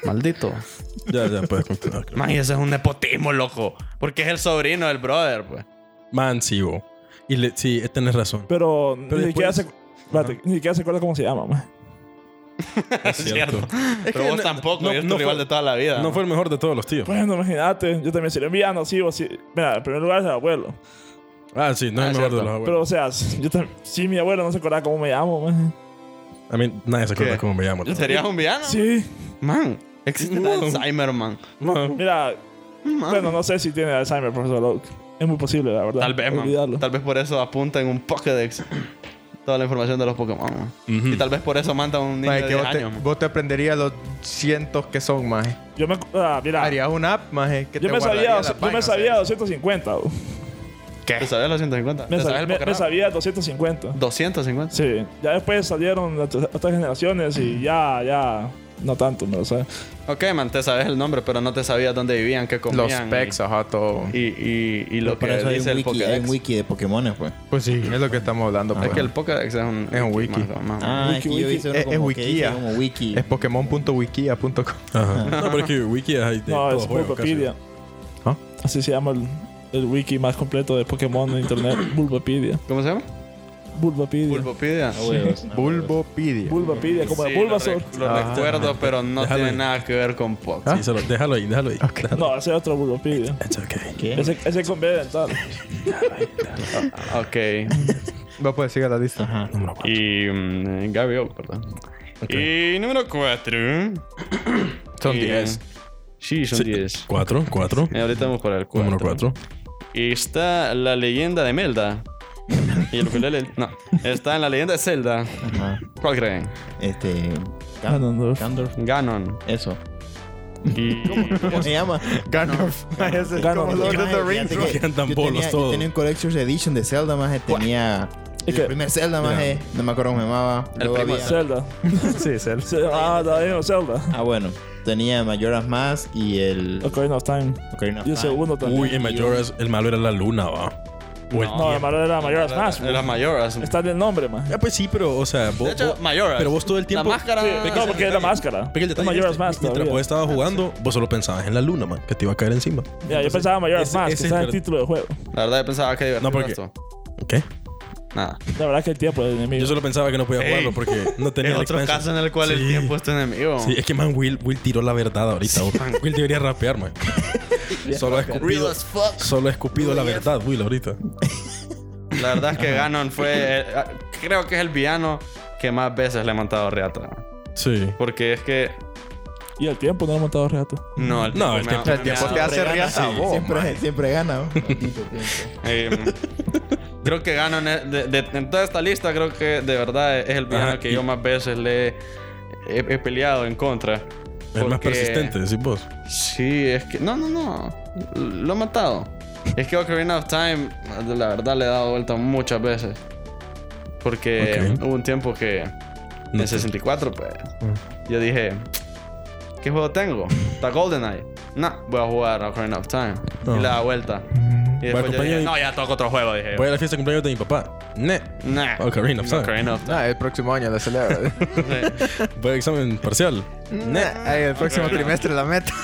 Maldito.
Ya, ya, puedes continuar. creo.
Man, y ese es un nepotismo, loco. Porque es el sobrino del brother, pues.
Man, sí, bo. Y le, sí, tenés razón.
Pero,
Pero
ni, siquiera
después-
se, espérate, ni siquiera se acuerda cómo se llama, man.
Es cierto.
Pero vos tampoco,
no-
y es tu
no
rival
fue-
de toda la vida.
No fue el mejor de todos los tíos.
Bueno, imagínate. Yo también sería un villano, sí o sí. Mira, en primer lugar es el abuelo.
Ah, sí, no es
Ah,
el mejor de los
cierto.
abuelos.
Pero, o sea, yo también... Sí, mi abuelo no se acordaba cómo me llamo, man.
A mí nadie se acuerda
¿Qué?
cómo me llamo. la
¿Serías un villano?
Sí.
Man, existe el Alzheimer, man.
verdad.
Mira,
Man.
bueno, no sé si tiene Alzheimer, profesor Locke. Es muy posible, la verdad.
Tal vez, man.
Olvidarlo.
Tal vez por eso apunta en un Pokédex toda la información de los Pokémon. man.
Ujú.
Y tal vez por eso manda un niño
Mae,
de
que
10
vos te,
años. man.
vos te aprenderías los cientos que son, más.
Yo me... Ah, mira.
Harías una app, más que
Yo
te
me,
guardaría
sabía,
las
yo me
vainas,
sabía
¿sabes?
250. bo.
¿Te sabes los 150?
Me,
Eh. ¿Te
sab-
sabes el
me- me
Pokédex?
sabía 250.
250.
Sí. Ya después salieron las otras otras generaciones y ya, ya. No tanto, me lo sé.
Ok, man, te sabes el nombre, pero no te sabías dónde vivían, qué comían.
Los pecs, ajá, todo.
Y, y, y, y lo
Para
que
eso hay
dice
un,
el
wiki, hay un
Pokédex.
wiki de Pokémon, pues.
Pues sí, es lo que estamos hablando.
Es
pues.
que el Pokédex es un,
Es un wiki.
más- más-
Ah, es que
Wiki,
yo hice uno
es- es
como que dice
wikia.
como wiki.
Es Pokémon.wikia.com.
Ajá. No, pero es que Wiki hay de
No,
todo
es
juego, casi.
Bulbapedia.
¿Ah?
Así se llama el, el wiki más completo de Pokémon en internet. Bulbapedia.
¿Cómo se llama?
Bulbapedia.
Bulbopedia.
Ah, huevos. Ah, huevos.
Bulbopedia.
Bulbapedia, como
Sí,
de Bulbasaur.
Lo, re- lo recuerdo, pero no
Déjalo
tiene
ahí.
nada que ver con Pokédex.
Sí, solo- déjalo ahí, déjalo ahí. déjalo ahí.
No, ese es otro Bulbapedia.
It's okay.
¿Qué?
Ese, ese con B dental.
Ok.
Vos puedes seguir pues, la lista.
Ajá.
Número cuatro.
Y mm, Gary Oak, perdón. Y número 4.
Son 10.
Sí, son
Sí.
10.
Cuatro, cuatro.
Eh, ahorita vamos por el 4.
Número cuatro.
Y está la leyenda de Melda. y el ukulele. No. Está en la leyenda de Zelda.
Ajá.
¿Cuál creen?
Este.
Ganondorf.
Gandalf.
Ganon.
Eso.
Y.
¿Cómo se llama?
Ganondorf. Ese es
Ganondorf.
como Lord of the
Ay,
Rings.
fíjate
bro. Que andan
yo
bolos
tenía, yo
todos.
tenía un Collector's Edition de Zelda, maje. Tenía.
¿Y
El
qué?
primer Zelda, maje. No me acuerdo cómo me llamaba. Luego
primo
había-
Zelda.
Sí, es él.
Se llamaba Dino Zelda.
Ah, bueno. Tenía Mayoras más y el.
Ocarina of Time.
Ocarina of
Y el
Time.
segundo también.
Uy, en Majora's el malo era la luna, va. O el
No,
No.
tiempo.
el malo era Mayor Smash.
De las mayoras.
Está en el nombre, man.
Ah, pues sí, pero, o sea, vos.
De hecho,
vos-
mayoras.
pero vos todo el tiempo.
La máscara.
No, porque es la máscara.
Pero el detalle
Mayor
es que
Smash
Mientras
todavía.
vos estabas jugando, vos solo pensabas en la luna, man, que te iba a caer encima.
Mira, yo pensaba Mayor
ese-
Smash, que
ese es
está en el
verdad.
título del juego.
La verdad, yo pensaba que divertido
No, porque-
esto.
¿Qué?
Nada.
La verdad que el tiempo del enemigo.
Yo solo pensaba que no podía
Ey.
jugarlo porque no tenía
Es
la
otro
expansion.
caso en el cual
Sí.
el tiempo es tu enemigo.
Sí, es que man, Will, Will tiró la verdad ahorita. bro. Will debería rapear, man. solo ha escupido, solo ha escupido la verdad, Will, ahorita.
La verdad es que Ganon fue. eh, ah, creo que es el villano que más veces le he montado reata.
Sí.
Porque es que.
Y el tiempo no lo he montado rato.
No, el
No, el
tiempo.
tiempo-
me ha-
El tiempo
me
te
ha-
hace
Siempre
riata
gana,
vos,
Siempre, siempre gana. ¿no?
eh, creo que Ganon. es- De, de- en toda esta lista, creo que de verdad es el villano
Ajá,
que
y-
yo más veces le he, he- he peleado en contra.
Es más
Porque-
persistente, decís vos.
Sí, es que. No, no, no. Lo he matado. Es que Ocarina of Time, la verdad, le he dado vuelta muchas veces. Porque
Ok.
hubo un tiempo que. En
No.
el 64, pues.
Mm.
Yo dije. ¿Qué juego tengo? Está GoldenEye. No, voy a jugar Ocarina of Time.
Ah.
Y le da vuelta. Y
Voy a
después yo dije,
acompañar-
no, ya toco otro juego, dije.
Voy a la fiesta de cumpleaños de mi papá. Ne.
Nah.
Ocarina of Time.
Ocarina of Time.
Ah, el próximo año la celebra.
Voy a examen parcial.
Nah, ahí el próximo trimestre la meta.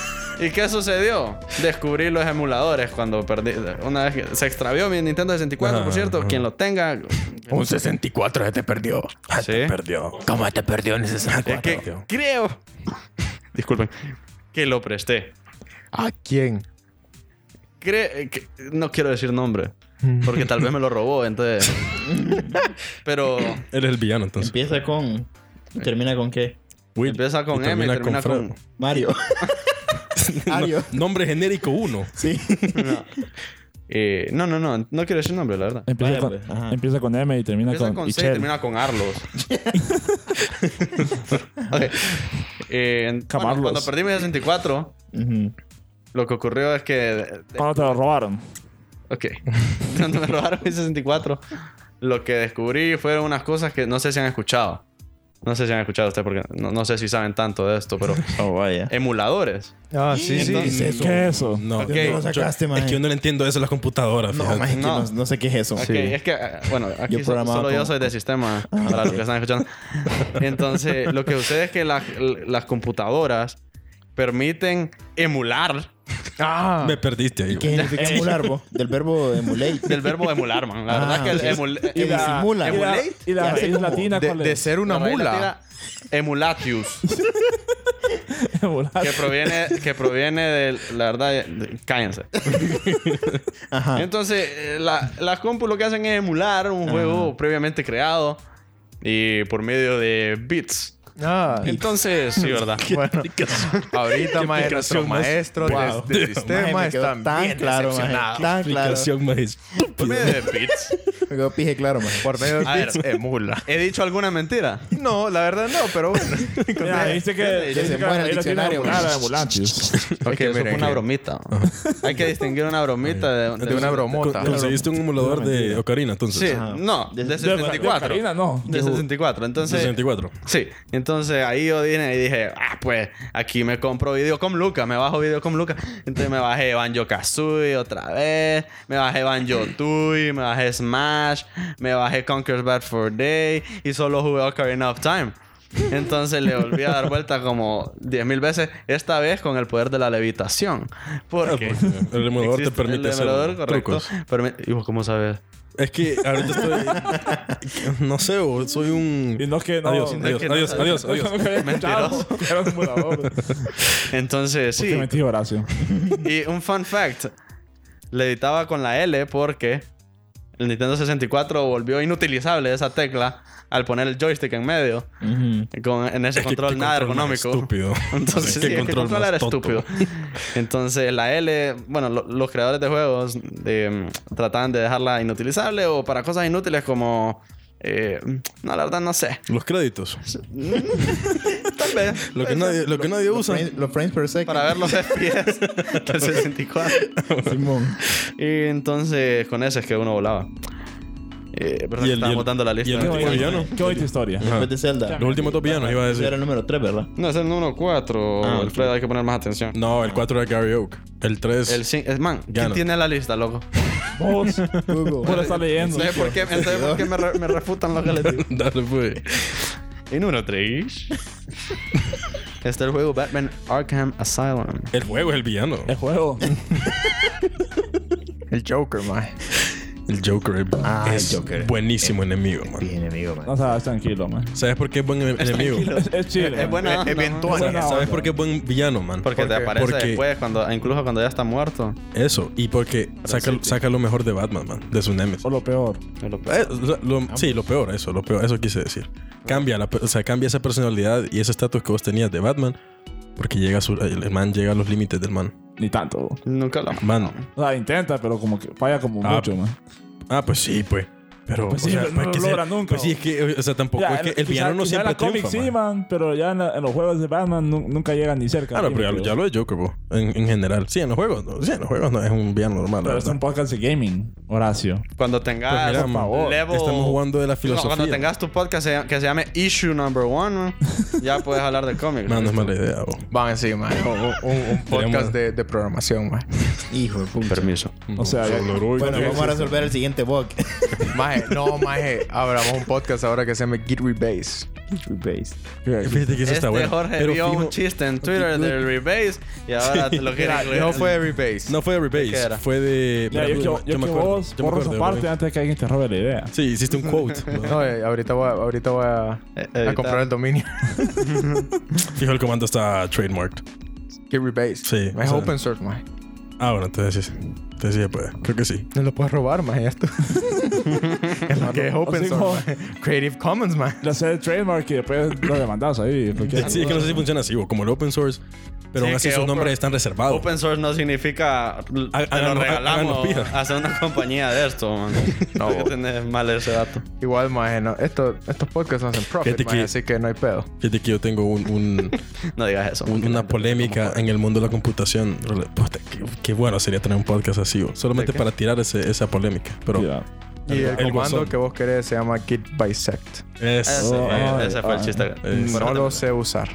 ¿Y qué sucedió? Descubrí los emuladores cuando perdí. Una vez que se extravió mi Nintendo 64, por
Ajá,
cierto.
ajá.
Quien lo tenga.
Un 64 se te perdió.
Sí.
Ah, Perdió.
¿Cómo te perdió en ese
Es que creo. Disculpen. Que lo presté.
¿A quién?
Cre- que- no quiero decir nombre.
Mm.
Porque tal vez me lo robó, entonces. Pero.
Él es el villano, entonces.
Empieza con. ¿Termina con qué?
Will.
Empieza
Y
con M y termina con.
Fra-
Mario. Mario.
Nombre genérico 1.
Sí.
No. Eh, no, no, no. No quiero decir nombre, la verdad.
Empieza,
Vaya,
con,
pues, ajá.
empieza con M y termina
Empieza
con,
con C y
Ichel.
termina con Arlos. Ok. Eh, en- bueno,
Camarlos.
cuando perdí mi 64,
Ujú.
lo que ocurrió es que
Cuando te lo robaron.
Ok. Cuando me robaron mi 64, lo que descubrí fueron unas cosas que no sé si han escuchado. No sé si han escuchado ustedes porque no, no sé si saben tanto de esto, pero
Oh,
Eh,
vaya.
emuladores.
Ah, sí, sí.
Entonces-
¿Qué
Eso.
es eso?
No,
¿De dónde lo
yo-
sacaste, maje?
es que yo no le entiendo eso a las computadoras.
No,
fíjate.
maje, que
No.
no. no sé qué es eso.
Ok,
Sí.
es que, eh, bueno, aquí
Yo
so-
programaba
solo yo
como-
soy de sistema, para los que están escuchando. Entonces, lo que sucede es que las- las computadoras permiten emular
Ah,
Me perdiste ahí.
¿Qué significa emular, vos? Del verbo emulate.
del verbo emular, man. La
Ah,
verdad es que el emul-
Y
emul-
la- simula.
y la,
emulate.
y la
Ya sé
raíz
cómo.
latina,
de,
¿cuál
de
es?
ser una
La raíz
mula.
latina, Emulatius,
Emular.
que proviene, que proviene de, la verdad, de- cállense.
Ajá.
Entonces, eh, la- las compu lo que hacen es emular un juego previamente creado y por medio de bits.
Ah,
Entonces, sí, ¿verdad?
bueno. Ahorita, maje, nuestro
explicación más
maestro
wow.
de, de
Maje,
sistema
me quedó
están
tan
bien
claro, maje,
decepcionados.
Tan claro.
Explicación más
Pues Por
estúpida.
medio de bits.
Me quedó pije claro, maje.
Por medio eh,
A
de
ver.
bits, emula.
¿He dicho alguna mentira?
No, la verdad no, pero bueno.
Mira, dice que, dice
se
que
muera
la
el
raíz latina
diccionario,
emular
güey.
a emulantius.
es que eso fue una bromita. man. Hay que distinguir una bromita de,
De una bromota.
Con- Conseguiste un emulador de Ocarina,
Sí,
entonces.
no, de
De- de
64.
Ocarina, no.
De 64. Entonces,
64.
Sí, entonces ahí yo vine y dije, ah, pues aquí me compro Videocom Lucas, me bajo Videocom Lucas. Entonces me bajé Banjo Kazooie otra vez, me bajé Banjo Tui, me bajé Smash, me bajé Conquer's Bad for Day y solo jugué Ocarina of Time. Entonces le volví a dar vuelta como 10.000 veces, esta vez con el poder de la levitación. Porque
Ah, porque el emulador te
existe-
permite
el
hacer
emulador, correcto.
trucos.
permi- ¿Y vos cómo sabes?
Es que ahorita estoy. no sé, bo, soy un.
Y no es que no.
Adiós,
no es
adiós,
que no-
adiós, adiós, adiós.
No quería
Mentiroso.
escucharlo, Era un emulador.
Entonces,
Sí.
sí.
mentí, Horacio.
Y un fun fact. Le editaba con la L porque el Nintendo 64 volvió inutilizable esa tecla al poner el joystick en medio.
Ujú.
Con, en ese
Es que-
control
qué
nada
control más
ergonómico.
Estúpido.
Entonces,
Es
sí,
que
es que el
control
control
más
era
tonto.
estúpido. Entonces, la L, bueno, lo- los creadores de juegos eh, trataban de dejarla inutilizable o para cosas inútiles como. eh, no, la verdad, no sé.
Los créditos.
Tal vez.
Lo que nadie, lo que nadie
Los
usa.
frames- Los frames per second.
Para ver los FPS del 64.
Simón.
Y entonces con ese es que uno volaba. Eh, perdón,
Y el- y
estábamos
el-
dando la lista.
y el
Qué
último
bonita-
villano.
Qué bonita historia.
Ajá.
Después de Zelda.
Los últimos dos villanos iba a
Ese
decir.
era el número 3, ¿verdad?
No, es el número 4.
Ah,
Alfredo, hay que poner más atención.
No, el 4 era Gary Oak. El 3.
El cin- es- man, ¿quién
Gano.
tiene la lista, loco?
Vos,
Google.
por estar leyendo.
Entonces, ¿por qué, entonces, ¿por qué me, re- me refutan lo que les digo?
Dale, pues.
Y número 3. Está Este el juego Batman Arkham Asylum.
El juego es el villano.
El juego.
El Joker, maje.
El Joker es,
Ah, el
es
Joker.
buenísimo enemigo, man.
Bien, amigo, man.
No sabes, tranquilo, man.
¿Sabes por qué es buen en- enemigo?
Es, es chile.
Es buena.
Es-
onda,
es bien
man.
tuani.
Buena onda.
¿Sabes por qué es buen villano, man?
Porque
¿Por
te
qué?
aparece
Porque-
después, cuando, incluso cuando ya está muerto.
Eso. Y porque saca, saca lo mejor de Batman, man. De su Nemesis.
O lo peor.
Eh, lo-
Ah.
lo- sí, lo peor, eso, lo peor, eso quise decir. Cambia, la pe- o sea, cambia esa personalidad y ese estatus que vos tenías de Batman, porque llega su- el el man llega a los límites del man.
Ni tanto. bo.
Nunca lo
Man,
O sea, intenta, pero como que falla como
Ah,
mucho, man.
ah, pues sí, pues. Pero,
Pues sí, pero no
es
lo
sea-
logra nunca,
Pues sí,
¿no?
es que, o sea, tampoco
Ya,
es que el
quizá-
villano no
quizá en
siempre
la
triunfa.
cómic sí,
man.
man, pero ya en, la- en los juegos de Batman nu- nunca llegan ni cerca.
Ah, no,
Sí,
pero ya, lo- ya lo de Joker, bo, en, en general. Sí, en los juegos, no, sí, en los juegos no es un villano normal. la
Pero es
verdad.
un podcast de gaming, Horacio.
Cuando tengas.
Pues mira,
Ah, por
man,
favor, level-
estamos jugando de la
No,
filosofía.
cuando tengas tu podcast se- que se llame Issue Number One, man, ya puedes hablar de cómics.
Man, no es mala idea, bo.
Van así, maje. Un, un- un podcast de, de programación, maje.
Hijo de puta.
Permiso.
No,
sea, ya-
solo hoy,
Bueno,
¿no?
vamos a resolver el siguiente bug.
Maje, no, maje. Abramos un podcast ahora que se llama Git Rebase.
Fíjate que eso
Este
está bueno.
Jorge
pero
vio
fijo-
un chiste en Twitter del Rebase y ahora te lo quiere incluir.
No fue Rebase.
No fue de Rebase,
¿Qué era?
fue de.
Ya,
Mira,
yo, yo, yo que vos
yo me
borras esa
acuerdo,
parte ah.
güey.
antes de que alguien te robe la idea.
Sí, hiciste un quote. ¿no?
No, eh, ahorita voy a, ahorita voy a,
Eh,
a
ahorita.
comprar el dominio.
Fijo, el comando está trademarked.
Git Rebase.
Sí,
Es
o sea-
open source, maje.
Ah, bueno, entonces sí. Entonces sí, ya puede. Creo que sí.
No lo puedes robar, maje, esto. es lo que es open
Así
source, maje. Creative Commons, maje.
Le haces el trademark y después lo demandas ahí. porque-
Sí, es que no sé si funciona así, o como el open source, pero
Sí,
aún así
que
sus
open-
nombres están reservados.
Open source no significa l-
Ha-
te
háganlo-
lo
háganlo,
regalamos
pija.
hacer una compañía de esto, man. No. Hay que tener mal ese dato.
Igual, maje, no. Esto, estos podcasts no hacen profit,
Fíjate
maje,
que-
así que no hay pedo.
Fíjate que yo tengo un- un-
No digas eso.
un- una polémica en el mundo de la computación. pues, Puta, qué, qué bueno sería tener un podcast así, o solamente
¿De qué?
para tirar ese- esa polémica. Pero
Ya.
Y el,
el
comando
guasón.
que vos querés se llama Git Bisect.
Es.
Ese,
Oh,
ese
ay,
fue el
ay.
chiste.
Eh,
no lo sé usar.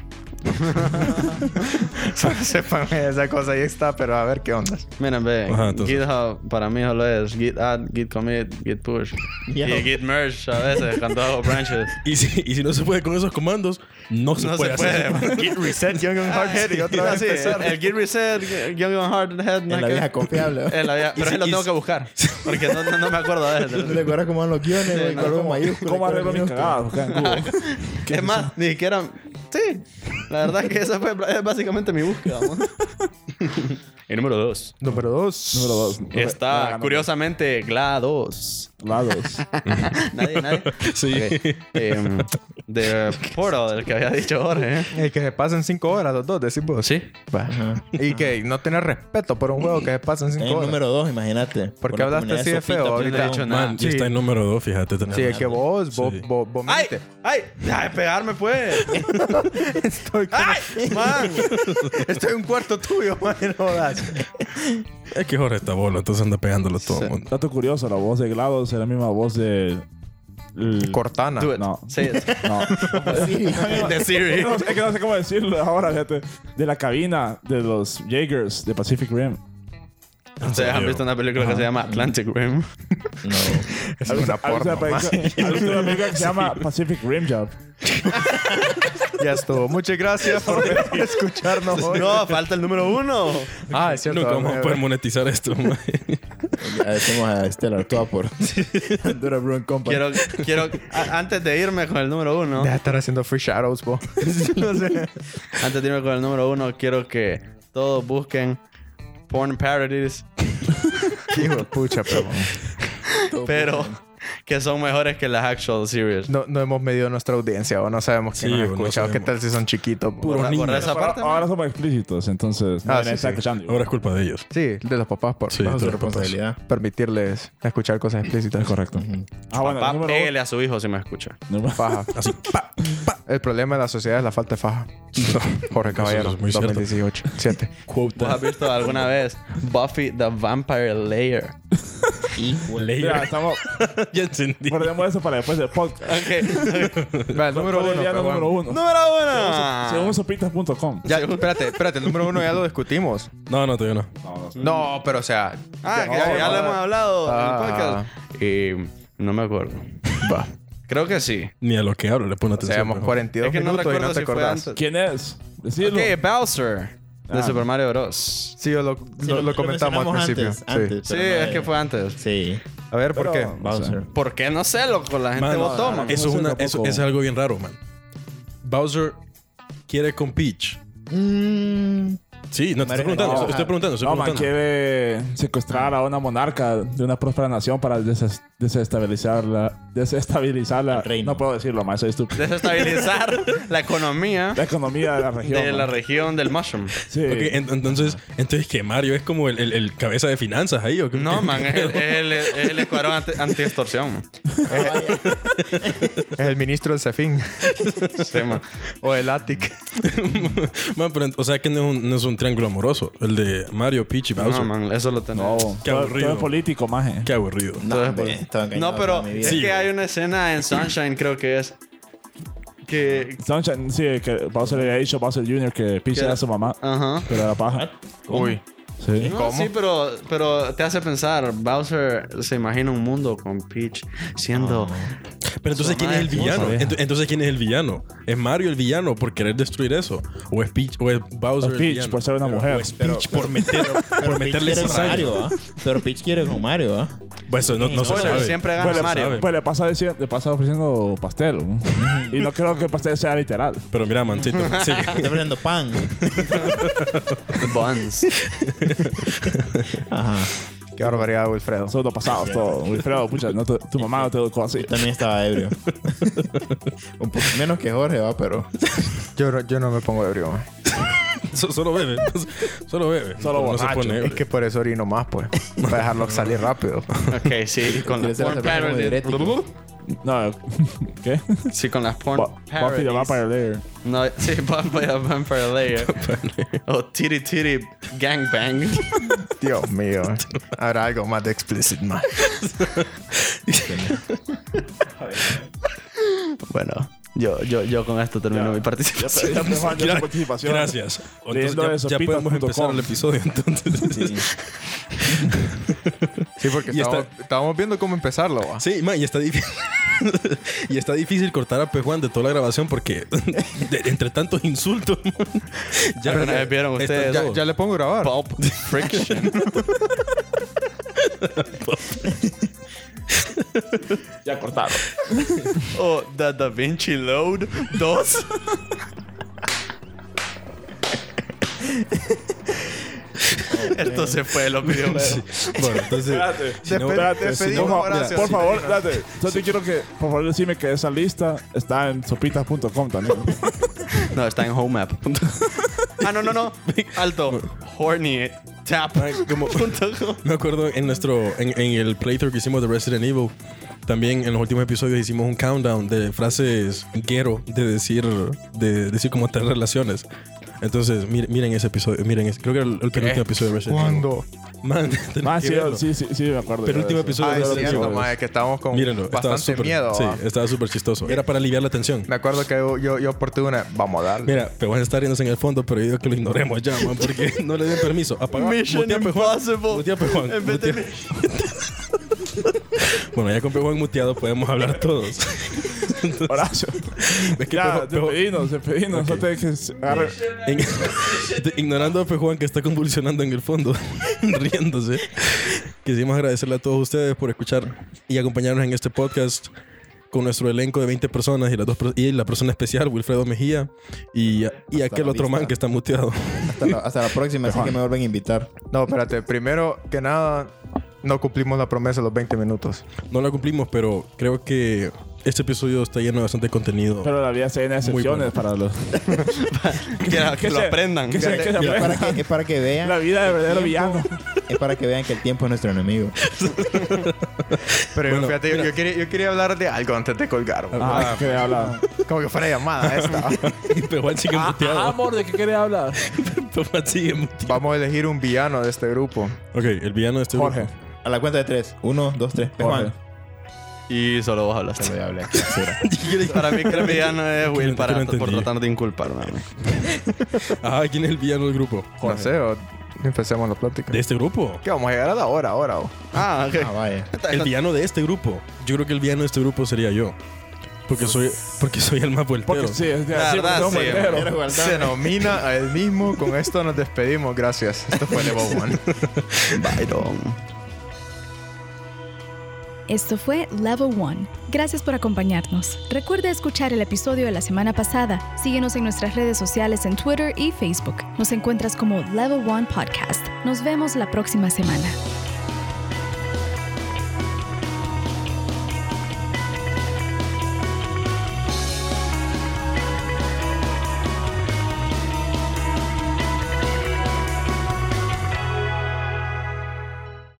Solo sepan esa cosa ahí está, pero a ver qué onda.
Miren, ve,
Ajá, entonces.
GitHub para mí solo es git add, git commit, git push
Ya.
y git merge a veces cuando hago branches.
Y si, y si no se puede con esos comandos, no se
No
puede
se
hacer.
puede.
Git Reset, Young and
Ah,
Hardhead y otra
no,
vez
sí,
empezar.
El git reset, young on hard head.
En la vieja confiable.
En la vieja, pero
si-
ese lo
y
tengo
si-
que buscar porque no, no, no me acuerdo de
¿No te
eso.
acuerdas cómo van los guiones, güey? Con los mayúsculas,
¿Cómo
con
arreglo mis
minúsculas.
cagadas? acá en Google?
Es más, ni siquiera. Sí, la verdad es que esa fue es básicamente mi búsqueda. El número 2
Número dos.
Número dos.
está curiosamente GLaDOS.
Lados.
Nadie, nadie.
Sí.
Ok. Em, de Portal, el que había dicho Jorge. ¿eh?
El que se pasen cinco horas los dos, decís vos.
Sí.
Va. Y que no tenés respeto por un juego que se pasen
En
cinco
el
horas.
número 2, imagínate.
¿Por qué
la
hablaste
comunidad
así de feo
sofita,
ahorita?
plena.
No he dicho nada.
Man,
Sí.
ya está en número 2, fíjate. tenés
Sí, es
razón.
que vos, vos,
Sí.
vos, vos
¡Ay!
mente.
¡Ay! ¡Deja de pegarme, pues!
Estoy,
¡Ay! ¡Man!
estoy un cuarto tuyo, man, no jodas.
Es que Jorge está bolo, entonces anda pegándolo a todo el mundo.
Dato curioso, la voz de GLaDOS es la misma voz de... el-
Cortana.
Do it.
No.
Say it.
No.
De Siri.
No sé- es que no sé cómo decirlo ahora, fíjate. De la cabina de los Jaegers de Pacific Rim.
¿Ustedes han visto una película que se llama Atlantic Rim?
No.
Es
¿Has visto-
una
has visto
porno,
la película-
man.
has visto una película que se llama Pacific Rim Job?
Ya estuvo. Muchas gracias por escucharnos hoy.
No, falta el número uno.
Ah, es cierto.
Nunca vamos a poder monetizar esto. man.
Agradecemos a Stellar Toa por Honduras Brewing Company.
Quiero, quiero, a- antes de irme con el número uno,
Deja de estar haciendo free shadows, bo.
antes de irme con el número uno, quiero que todos busquen porn parodies,
Hijo de pucha, pero
pero que son mejores que las actual series.
no, no hemos medido nuestra audiencia o no sabemos quién
Sí,
nos
bo,
ha
no
escuchado. ¿Qué
sabemos.
tal si son chiquitos? bo?
Puro
Borra-
niño.
borra esa
Ahora,
parte.
ahora somos explícitos, entonces no
Ah,
nadie
sí,
está
sí.
escuchando.
Ahora es culpa de ellos.
Sí, de los papás por
Sí,
bajo
de
su
los papás.
responsabilidad. Permitirles escuchar cosas explícitas. Correcto.
Ah, bueno,
Papá,
el número
pégale a su hijo si me escucha.
uno-
Faja.
Así, pa, pa.
El problema de la sociedad es la falta de faja. Jorge Caballero,
es muy cierto.
2018. 7.
¿Vos has visto alguna vez Buffy the Vampire Layer?
Mira, estamos,
ya entendí.
guardemos eso para después del podcast.
Va, el número
Ponle
uno.
ya el
perdón.
número uno.
¡Número
Según
uno!
sopitas.com.
Ya, espérate, espérate. El número uno ya lo discutimos.
No, no, todavía no.
No, pero o sea...
Ah, que ya, ya lo hemos hablado
Ah.
en el podcast. Y no me acuerdo.
Va.
Creo que sí.
Ni a lo que hablo le pone
O
atención.
sea, llevamos
pero-
42
Es que no
minutos y
recuerdo
no te
si fue
acordás.
antes.
¿Quién es? Decidlo.
Ok, Bowser. De
Ah.
Super Mario Bros.
Sí, lo, lo- lo comentamos al principio.
Antes,
sí.
antes,
Sí,
pero no
es que fue antes.
Sí.
A ver, ¿por qué?
Pero-
Bowser.
¿Por qué no sé, loco? La gente
Man,
votó,
no,
man.
Eso es,
No sé
una,
tampoco.
eso- eso es algo bien raro, man. Bowser quiere con Peach.
Mm,
Sí, no te estoy
Marica,
preguntando.
no.
estoy preguntando, estoy
No, man,
preguntando.
quiere secuestrar a una monarca de una próspera nación para desest- desestabilizarla. Desestabilizarla.
Al reino.
No puedo decirlo, más soy estúpido.
Desestabilizar la economía
La economía de la región.
de la
man.
región del mushroom.
Sí.
Ok, en- entonces, entonces que Mario es como el, el- el cabeza de finanzas ahí, ¿o qué?
No, man, es el, es el- es el escuadrón anti- anti-extorsión. man.
Es el ministro del Cefín.
Sí, man.
o el Attic.
Man, pero ent- o sea que no es, un, no es un triángulo amoroso, el de Mario, Peach y Bowser.
No, man, eso lo tenemos.
No,
Qué
todo-
aburrido.
todo es político, maje.
Qué aburrido.
No, hombre, estaba engañado
No, pero
toda mi vida.
es
Sí,
que
güey.
hay una escena en Sunshine, creo que es. Que.
Sunshine, sí, que Bowser le había dicho a Bowser Jr. que Peach
¿Qué?
era su mamá.
Ah.
Ajá.
Pero era paja.
Uy.
Sí.
¿Eh?
No,
¿Cómo?
sí, pero, pero te hace pensar. Bowser se imagina un mundo con Peach siendo.
Ah.
Pero entonces,
Su
¿quién es el
madre.
villano?
Vamos a ver.
Ento- entonces, ¿quién es el villano? ¿Es Mario el villano por querer destruir eso? ¿O es Peach o es Bowser
O
el
Peach,
villano?
por ser una
Pero-
mujer.
¿O es Peach por, meter, por
Pero Peach
meterle
quiere con
cizaña?
Mario, ¿ah? Pero Peach quiere con Mario, ¿ah?
Pues eso no, no se
Bueno,
sabe.
siempre gana
Pues le,
Mario.
pues le pasa, diciendo- le pasa ofreciendo pastel. ¿no? y no creo que el pastel sea literal.
Pero mira, mancito. Sí.
Está poniendo pan.
Buns.
Ajá.
Qué barbaridad, Wilfredo.
Son los pasados todo. Wilfredo, pucha, no te- tu mamá no te educó así.
También estaba ebrio. Un poco menos que Jorge, ¿va? Pero...
Yo, no- yo no me pongo ebrio. man.
So- solo bebe. Solo bebe.
Solo
no se
borracho.
pone.
Es que por eso orino más, pues. Para dejarlo salir rápido.
Ok, sí, con
Quiere
la
ser
porn
hasta como
parody.
diurético.
No, ¿qué?
Sí, con las porn.
Bu- Buffy the
parodies.
Vampire Layer.
No, sí, Buffy the Vampire Layer. o Titty Titty Gangbang.
Dios mío. Habrá algo más de explicit, man.
bueno, yo, yo, yo con esto termino mi
Ya
participación.
perdí Juan, ya tu
Gra-
participación.
Gracias. Entonces,
Leyendo
ya-
eso,
ya, podemos
pitas punto
empezar
com.
el episodio entonces.
Sí, porque
Y está-
estábamos, estábamos viendo cómo empezarlo, va.
Sí, man, y está difícil. y está difícil cortar a Pejuan de toda la grabación porque de- entre tantos insultos, man,
Alguna vez vieron
esto-
ustedes
ya-
dos.
Ya le pongo a grabar.
Pulp Friction.
Ya cortaron.
o Oh, The Da Vinci Load 2. Esto se fue de los videos.
Bueno, entonces.
Espérate.
si no-
Espérate,
si no-
por favor,
Horacio,
por
sí,
favor, espérate. Yo te quiero que, por favor, decime que esa lista está en sopitas.com también.
No, está en Home App. ah, no, no, no. Alto. Horny Tap.
Ay, como- Me acuerdo en nuestro en, en el playthrough que hicimos de Resident Evil, también en los últimos episodios hicimos un countdown de frases guero de decir de decir como tener relaciones. Entonces, mi- miren ese episodio, miren, ese- creo que era el, el penúltimo episodio de Resident
¿Cuándo?
Evil. Man, tenés
Ah,
que
sí,
verlo.
sí, sí, sí, me acuerdo. yo de
Penúltimo
eso.
episodio
Ah,
de
es
Resident
cierto,
Evil.
ma, es que estábamos con
Mírenlo, estaba
bastante
súper
miedo. ah.
Sí,
va.
estaba súper chistoso. Era para aliviar la tensión.
Me acuerdo que yo, yo, yo aporté una. Vamos a darle.
Mira, Pejuan está riéndose en el fondo, pero yo digo que lo ignoremos ya, man, porque no le den permiso. Apaga,
Mission
mutea a Pejuan.
Impossible.
Mutea a Pejuan.
En vez de-
Mutea- Bueno, ya con Pejuan muteado podemos hablar todos.
Horacio.
Es que
Ya,
Pejo- Pejo-
despedinos, despedinos. No te que se agarre.
en- de- ignorando a Pejuan que está convulsionando en el fondo, riéndose. Quisimos agradecerle a todos ustedes por escuchar y acompañarnos en este podcast con nuestro elenco de 20 personas y, las dos, per- y la persona especial, Wilfredo Mejía, y, y aquel
la
otro man
vista.
que está muteado.
Hasta la, hasta la próxima, así que me vuelven a invitar.
No, espérate. Primero que nada, no cumplimos la promesa de los 20 minutos.
No la cumplimos, pero creo que este episodio está lleno de bastante contenido.
Pero la vida se llena de
Muy bueno.
excepciones para los.
que, que lo
se-
aprendan.
Que se, que se
Es para
aprendan.
que, es para que vean.
La vida de verdadero villano.
Es para que vean que el tiempo es nuestro enemigo.
Pero
Bueno,
fíjate, yo- yo, quería, yo quería hablar de algo antes de colgar. güey.
Ah, ¿qué quería hablar?
Como que fuera llamada esta.
Pejuan sigue
Ah,
muteado.
amor, ¿de qué quería hablar?
Pejuan sigue muteado.
Vamos a elegir un villano de este grupo.
Ok, el villano de este
Jorge.
grupo.
A la cuenta de tres. Uno, dos, tres.
Jorge.
Y solo vos hablas.
Te voy a hablar. qué basura.
Para mí, que el villano es Will
no- que no
para, por
entendí.
tratar de inculpar, mami.
Ah, ¿quién es el villano del grupo?
No sé, o empecemos la plática.
¿De este grupo?
Que vamos a llegar a la hora ahora. oh. o?
Ah, ok.
Ah, vaya.
El villano de este grupo. Yo creo que el villano de este grupo sería yo. Porque soy, porque soy el más
Porque
voltero.
sí, es de
La
así,
verdad,
somos
sí,
enteros.
hombre.
Se nomina a él mismo. Con esto nos despedimos. Gracias. Esto fue Level One.
Ah, Byron.
Esto fue Level One. Gracias por acompañarnos. Recuerda escuchar el episodio de la semana pasada. Síguenos en nuestras redes sociales en Twitter y Facebook. Nos encuentras como Level One Podcast. Nos vemos la próxima semana.